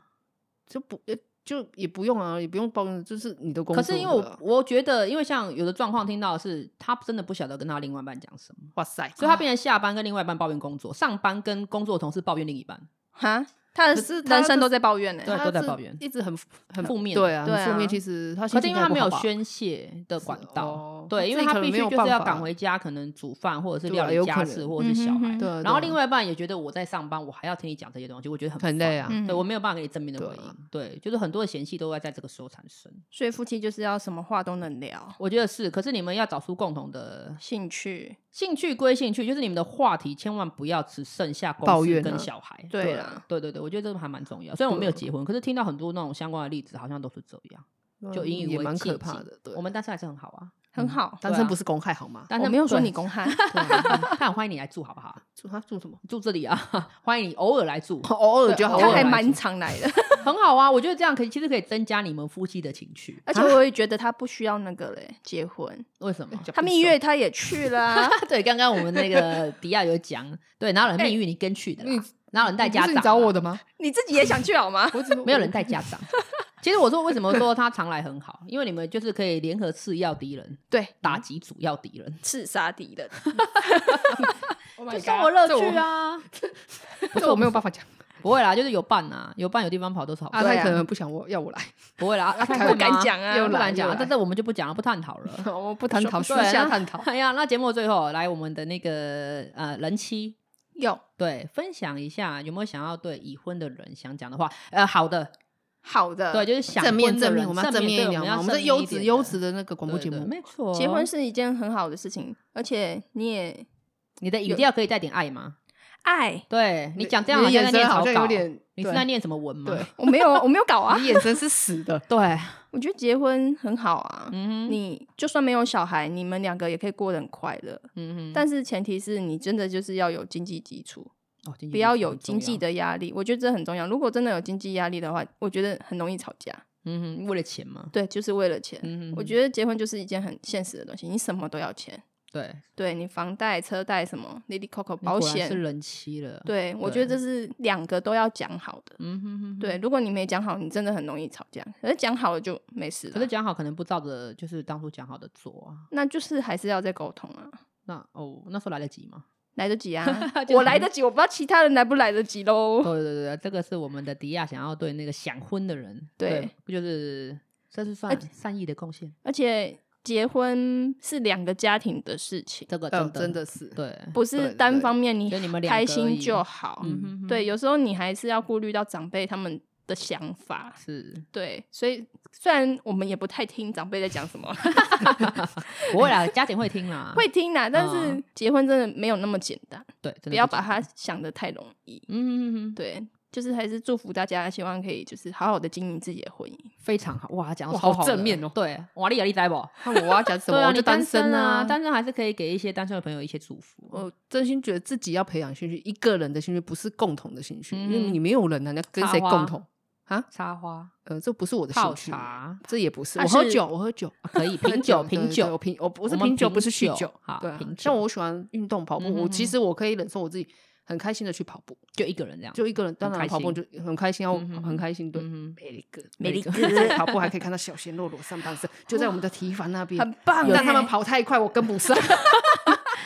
B: 就不呃就也不用啊，也不用抱怨，就是你的工
A: 可
B: 作。
A: 是因为
B: 对
A: 我
B: 啊
A: 我觉得，因为像有的状况听到的是他真的不晓得跟他另外一半讲什么，
B: 哇塞，
A: 所以他变成下班跟另外一半抱怨工作，上班跟工作同事抱怨另一半。
C: 哈，他
B: 可
C: 的
B: 是他
C: 人生
B: 的
C: 都在抱怨呢、
A: 对
B: 他
A: 都在
B: 是
A: 抱怨
B: 一直很很
A: 负面
B: 对啊，
C: 对
B: 很负
C: 啊
B: 面。其实他
A: 可
B: 心
A: 是
B: 情
A: 因为他
B: 应
A: 没
B: 该
A: 有
B: 不好啊吧
A: 宣泄的管道，
B: 哦
A: 对，因
B: 自
A: 为
B: 己
A: 他
B: 可能
A: 必
B: 没
A: 须
B: 有
A: 就是要
B: 办法
A: 赶回家，可能煮饭或者是
B: 对啊
A: 料理
B: 有
A: 家
B: 可
A: 事，
B: 能
A: 或者是小孩
C: 嗯哼哼。
B: 对啊，
A: 然后
B: 对啊
A: 另外一半也觉得我在上班，我还要听你讲这些东西，我觉得很
B: 很
A: 烦
B: 累啊
C: 嗯
A: 对我没有办法给你正面的
B: 对
A: 回
B: 啊
A: 应，对，就是很多的嫌隙都会在这个时候产生。
C: 所以夫妻就是要什么话都能聊，
A: 我觉得是，可是你们要找出共同的
C: 兴趣
A: 兴趣归兴趣，就是你们的话题千万不要只剩下公司
B: 抱怨啊
A: 跟小孩。
C: 对
A: 对
B: 啊
C: 啦
A: 对对对，我觉得这个还蛮重要。虽然我没有结婚，可是听到很多那种相关的例子，好像都是这样。就
B: 嗯
A: 引以
B: 也
A: 为
B: 蛮
A: 戒
B: 可
A: 忌
B: 怕的。对，
A: 我们单身还是很好啊，
C: 很好。
B: 单
A: 对
B: 身
A: 啊
B: 不是公害好吗？
A: 但
C: 我
A: 是
C: 没有说你公害，
A: 对啊， (laughs) 他很欢迎你来住，好不好？
B: 住他住什么？
A: 住这里啊， (laughs) 欢迎你偶尔来住，
B: 偶尔就好，
A: 偶
C: 他
A: 尔
C: 还
A: 来
C: 蛮常来的，
A: 很好啊。我觉得这样可以，其实可以增加你们夫妻的情趣。
C: 而且我也觉得他不需要那个嘞，结婚。
A: 为什么？
C: 他蜜月他也去啊啦，
A: (laughs) 对，刚刚我们那个迪亚有讲，对，哪有人蜜月你跟去的啦？哪有人带家长
B: 是哎你
A: 啊？
B: 找我的吗？
C: 你自己也想去好
B: (laughs)
C: 吗？
B: 我只
A: 没有人带家
B: (laughs)
A: 长。其实我说为什么说他常来很好，因为你们就是可以联合次要敌人，
C: 对，
A: 打击主要敌人，
C: 刺杀敌人，
B: 嗯
A: 就生活乐
B: ，Oh 这我
A: 趣啊。
B: 这我没有办法讲
A: 不会啦，就是有伴啊，有伴有地方跑都是好事。
B: 啊，
C: 对
B: 他
C: 啊
B: 可能不想我要我来，
A: 不会啦，啊
B: 不
A: 太会吗
C: 敢讲啊
A: 又不
B: 又来
A: 敢讲
B: 又
A: 啊，
B: 来
A: 这这我们就不讲了，不探讨了。
B: 我们不探讨，私
A: 对
B: 下
A: 那
B: 探讨。
A: 哎呀，那节目的最后来我们的那个呃人妻，
C: 有
A: 对，分享一下有没有想要对已婚的人想讲的话？呃，好的，
C: 好的，
A: 对，就是想
B: 正面
A: 婚的
B: 正面，
A: 人
B: 我们要正面
A: 对
B: 一点嘛，
A: 要
B: 我
A: 正面
B: 们是
A: 一
B: 优
A: 点
B: 质
A: 的
B: 优质的那个广播
A: 对
B: 节
A: 对
B: 目，
A: 没错。
C: 结婚，是一件很好的事情，而且你也
A: 你的语
C: 有
A: 调可以带点爱吗？
C: 爱。
A: 对你讲这样
B: 你
A: 好像
B: 的眼
A: 在念
B: 神
A: 草
B: 好像
A: 稿
B: 有，点，
A: 你是
B: 对
A: 在念什么文吗？，
B: 对，
C: 我没有，我没有搞啊。
B: 你眼神是死的
A: (laughs) 对，
C: 我觉得结婚很好啊，
A: 嗯哼，
C: 你就算没有小孩，你们两个也可以过得很快乐。
A: 嗯哼，
C: 但是前提是你真的就是要有经济基础，
A: 哦经济
C: 不要
A: 基础
C: 有
A: 很重
C: 经济
A: 要，
C: 的压力。我觉得这很重要。如果真的有经济压力的话，我觉得很容易吵架。
A: 嗯哼，为了钱
C: (laughs)
A: 嘛，
C: 对，就是为了钱。
A: 嗯哼，
C: 我
A: 得
C: 觉得结婚就是一件很现实的东西，你什么都要钱。
A: 对，
C: 对你房贷、车贷什么，Lady Coco
A: 你
C: 保
A: 果然是
C: 险，
A: 人妻了，，
C: 对我觉得这是两个都要讲好的。
A: 嗯哼哼，。
C: 对，如果你没讲好，你真的很容易吵架。可是讲好了就没事
A: 可是
C: 了，
A: 讲好可能不照着就是当初讲好的做啊，
C: 那就是还是要再沟通啊，
A: 那哦那时候来得及吗？ (laughs)，
C: 来得及啊
A: 就
C: 我来
A: 很
C: 得及，我不知道其他人来不来得及喽。
A: 对对对，这个是我们的迪亚想要对那个想婚的人，
C: 对，哎
A: 就是这是算善意的贡献，
C: 而且结婚是两个家庭的事情，
A: 这个
B: 嗯，
A: 真的
B: 真的是，
A: 对，
C: 哦不
B: 对
C: 是
B: 对
C: 单方面你
A: 就你们两个
C: 开
A: 而
C: 心
A: 已
C: 就好。
A: 嗯哼哼
C: 对，有时候你还是要顾虑到长辈他们的想法。
A: 是
C: 对，所以虽然我们也不太听长辈在讲
A: (laughs)
C: 什么，
A: 不会啦，家庭会听啦，
C: 会听啦，但是
A: 嗯
C: 结婚真的没有那么简单，
A: 对，真的
C: 不要
A: 简
C: 把
A: 单
C: 它想得太容易。
A: 嗯，
C: 对，就是还是祝福大家，希望可以就是好好的经营自己的婚姻。
A: 非常好哇，讲得
B: 哇
A: 超
B: 好
A: 好的
B: 正面哦
A: 对，瓦力亚力在不？
B: 那我要讲什
A: 对
B: 么？
A: 啊，
B: 我
A: 你
B: 就
A: 单
B: 身
A: 啊，
B: 啊，
A: 单身还是可以给一些单身的朋友一些祝福。
B: 我真心觉得自己要培养兴趣，一个人的兴趣不是共同的兴趣，
A: 嗯
B: 因为你没有人啊，你要跟谁
A: 插花
B: 共同啊？
A: 插花、
B: 呃，这不是我的
A: 泡
B: 兴趣，
A: 茶
B: 这也不是。
A: 它
B: 我喝
A: 是
B: 酒，我喝酒，
A: 啊可以 (laughs) 品酒，
B: 对
A: 品
B: 对我
A: 酒，
B: 品，我不是
A: 我们
B: 品酒，
A: 品
B: 不是酗
A: 酒
B: 酒
A: 好，
B: 对啊
A: 品。
B: 像
A: 酒
B: 我喜欢运动跑步，
A: 嗯哼
B: 我其
A: 哼
B: 实我可以忍受我自己很开心的去跑步，
A: 就一个人这样。
B: 就一个人，当
A: 很
B: 然
A: 开
B: 跑步就
A: 心
B: 很开心，然后啊
A: 嗯哼
B: 很开心，对。
A: 嗯哼，
B: 美丽哥，
C: 美丽
B: 哥，
A: (laughs)
B: 在跑步还可以看到小鲜肉裸上半身，就在我们的体育房那边，
C: 很棒
B: 有但他
C: 欸
B: 们跑太快，我跟
A: (laughs)
B: 不上。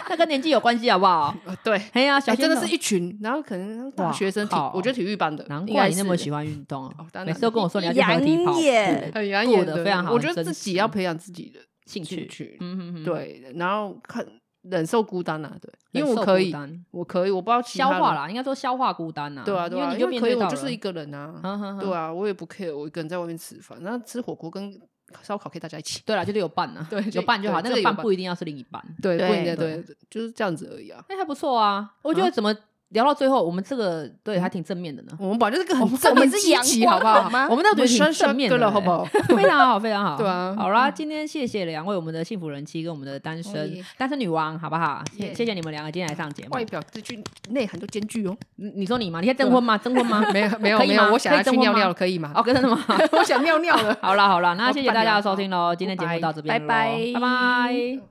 A: 那跟年纪有关系好不好？
B: 呃对，
A: 哎呀，小
B: 哎，真
A: 鲜
B: 的
A: 肉
B: 是一群，然后可能大
A: 哇
B: 学生体
A: 靠，
B: 我觉得体育班的，
A: 难
B: 应
A: 怪
B: 该
A: 你那么
B: 是
A: 喜欢运动啊
B: 哦当然
A: 每次都跟我说你要去合
C: 养
A: 体跑
C: 眼
A: 步，
B: 很养
A: 过
B: 眼
A: 得非常好
B: 我
A: 很
B: 觉得
A: 珍
B: 自己
A: 惜
B: 要培养自己的
A: 兴
B: 兴
A: 趣，
B: 趣，
A: 嗯哼哼，
B: 对，然后看忍受孤单啊，对，因
A: 忍
B: 为我
A: 受
B: 可
A: 孤
B: 以
A: 单，
B: 我可以，我不知道其
A: 消
B: 他
A: 化
B: 人，
A: 啦，应该说消化孤单呐。
B: 对啊，对
A: 因
B: 啊，
A: 为你
B: 因
A: 就
B: 为
A: 面
B: 可以，
A: 对
B: 我
A: 到
B: 就是
A: 了
B: 一个人啊，
A: 嗯哼哼
B: 对啊，我也不 care，我一个人在外面吃饭，那吃火锅跟烧烤可以大家一起， (laughs)
A: 对了，就是有伴啊，
B: 对就
A: 有伴就好，那
B: 对这个
A: 个
B: 有
A: 伴
B: 伴
A: 不一定要是另一半，
B: 对，不应
C: 对
B: 该对，就是这样子而已啊。
A: 那还不错啊。嗯我觉得怎么聊到最后，我们这个对还挺正面的呢。
B: 我们本来就是个
C: 我
B: 很
C: 们
B: 正
C: 这里
B: 面
C: 是
B: 积
C: 阳
B: 极，
C: 光
B: 好不好
C: 好？吗
A: 我们那
B: 对
A: 对挺
B: 酸酸
A: 正面
B: 对
A: 的
B: 了，
A: 嘞，
B: 好不
A: (laughs)
B: 好？
A: (laughs) 非常好，非常好。
B: 对啊
A: 好啦，今天谢谢两位我们的幸福人妻跟我们的单
C: 哦
A: 身
C: 耶
A: 单身女王，好不好？谢
C: 耶
A: 谢谢你们两个今天来上节目
B: 外。表这句内涵都兼具哦。
A: 你你说你吗？你现在征婚吗？征婚 (laughs) 吗？
B: (laughs) 没有没有
A: 可以
B: 没有
A: 吗，
B: 我想
A: 可以
B: 要去
A: 征婚
B: 尿
A: 吗
B: 尿了，可以吗？
A: 哦，真的吗？
B: (laughs) 我想尿尿了。
A: 好啦好啦，那啊
B: 好
A: 谢谢大家的
B: 办了
A: 收听喽，今天节目
B: 拜
A: 到这边
C: 拜
A: 咯
C: 拜
A: 拜拜。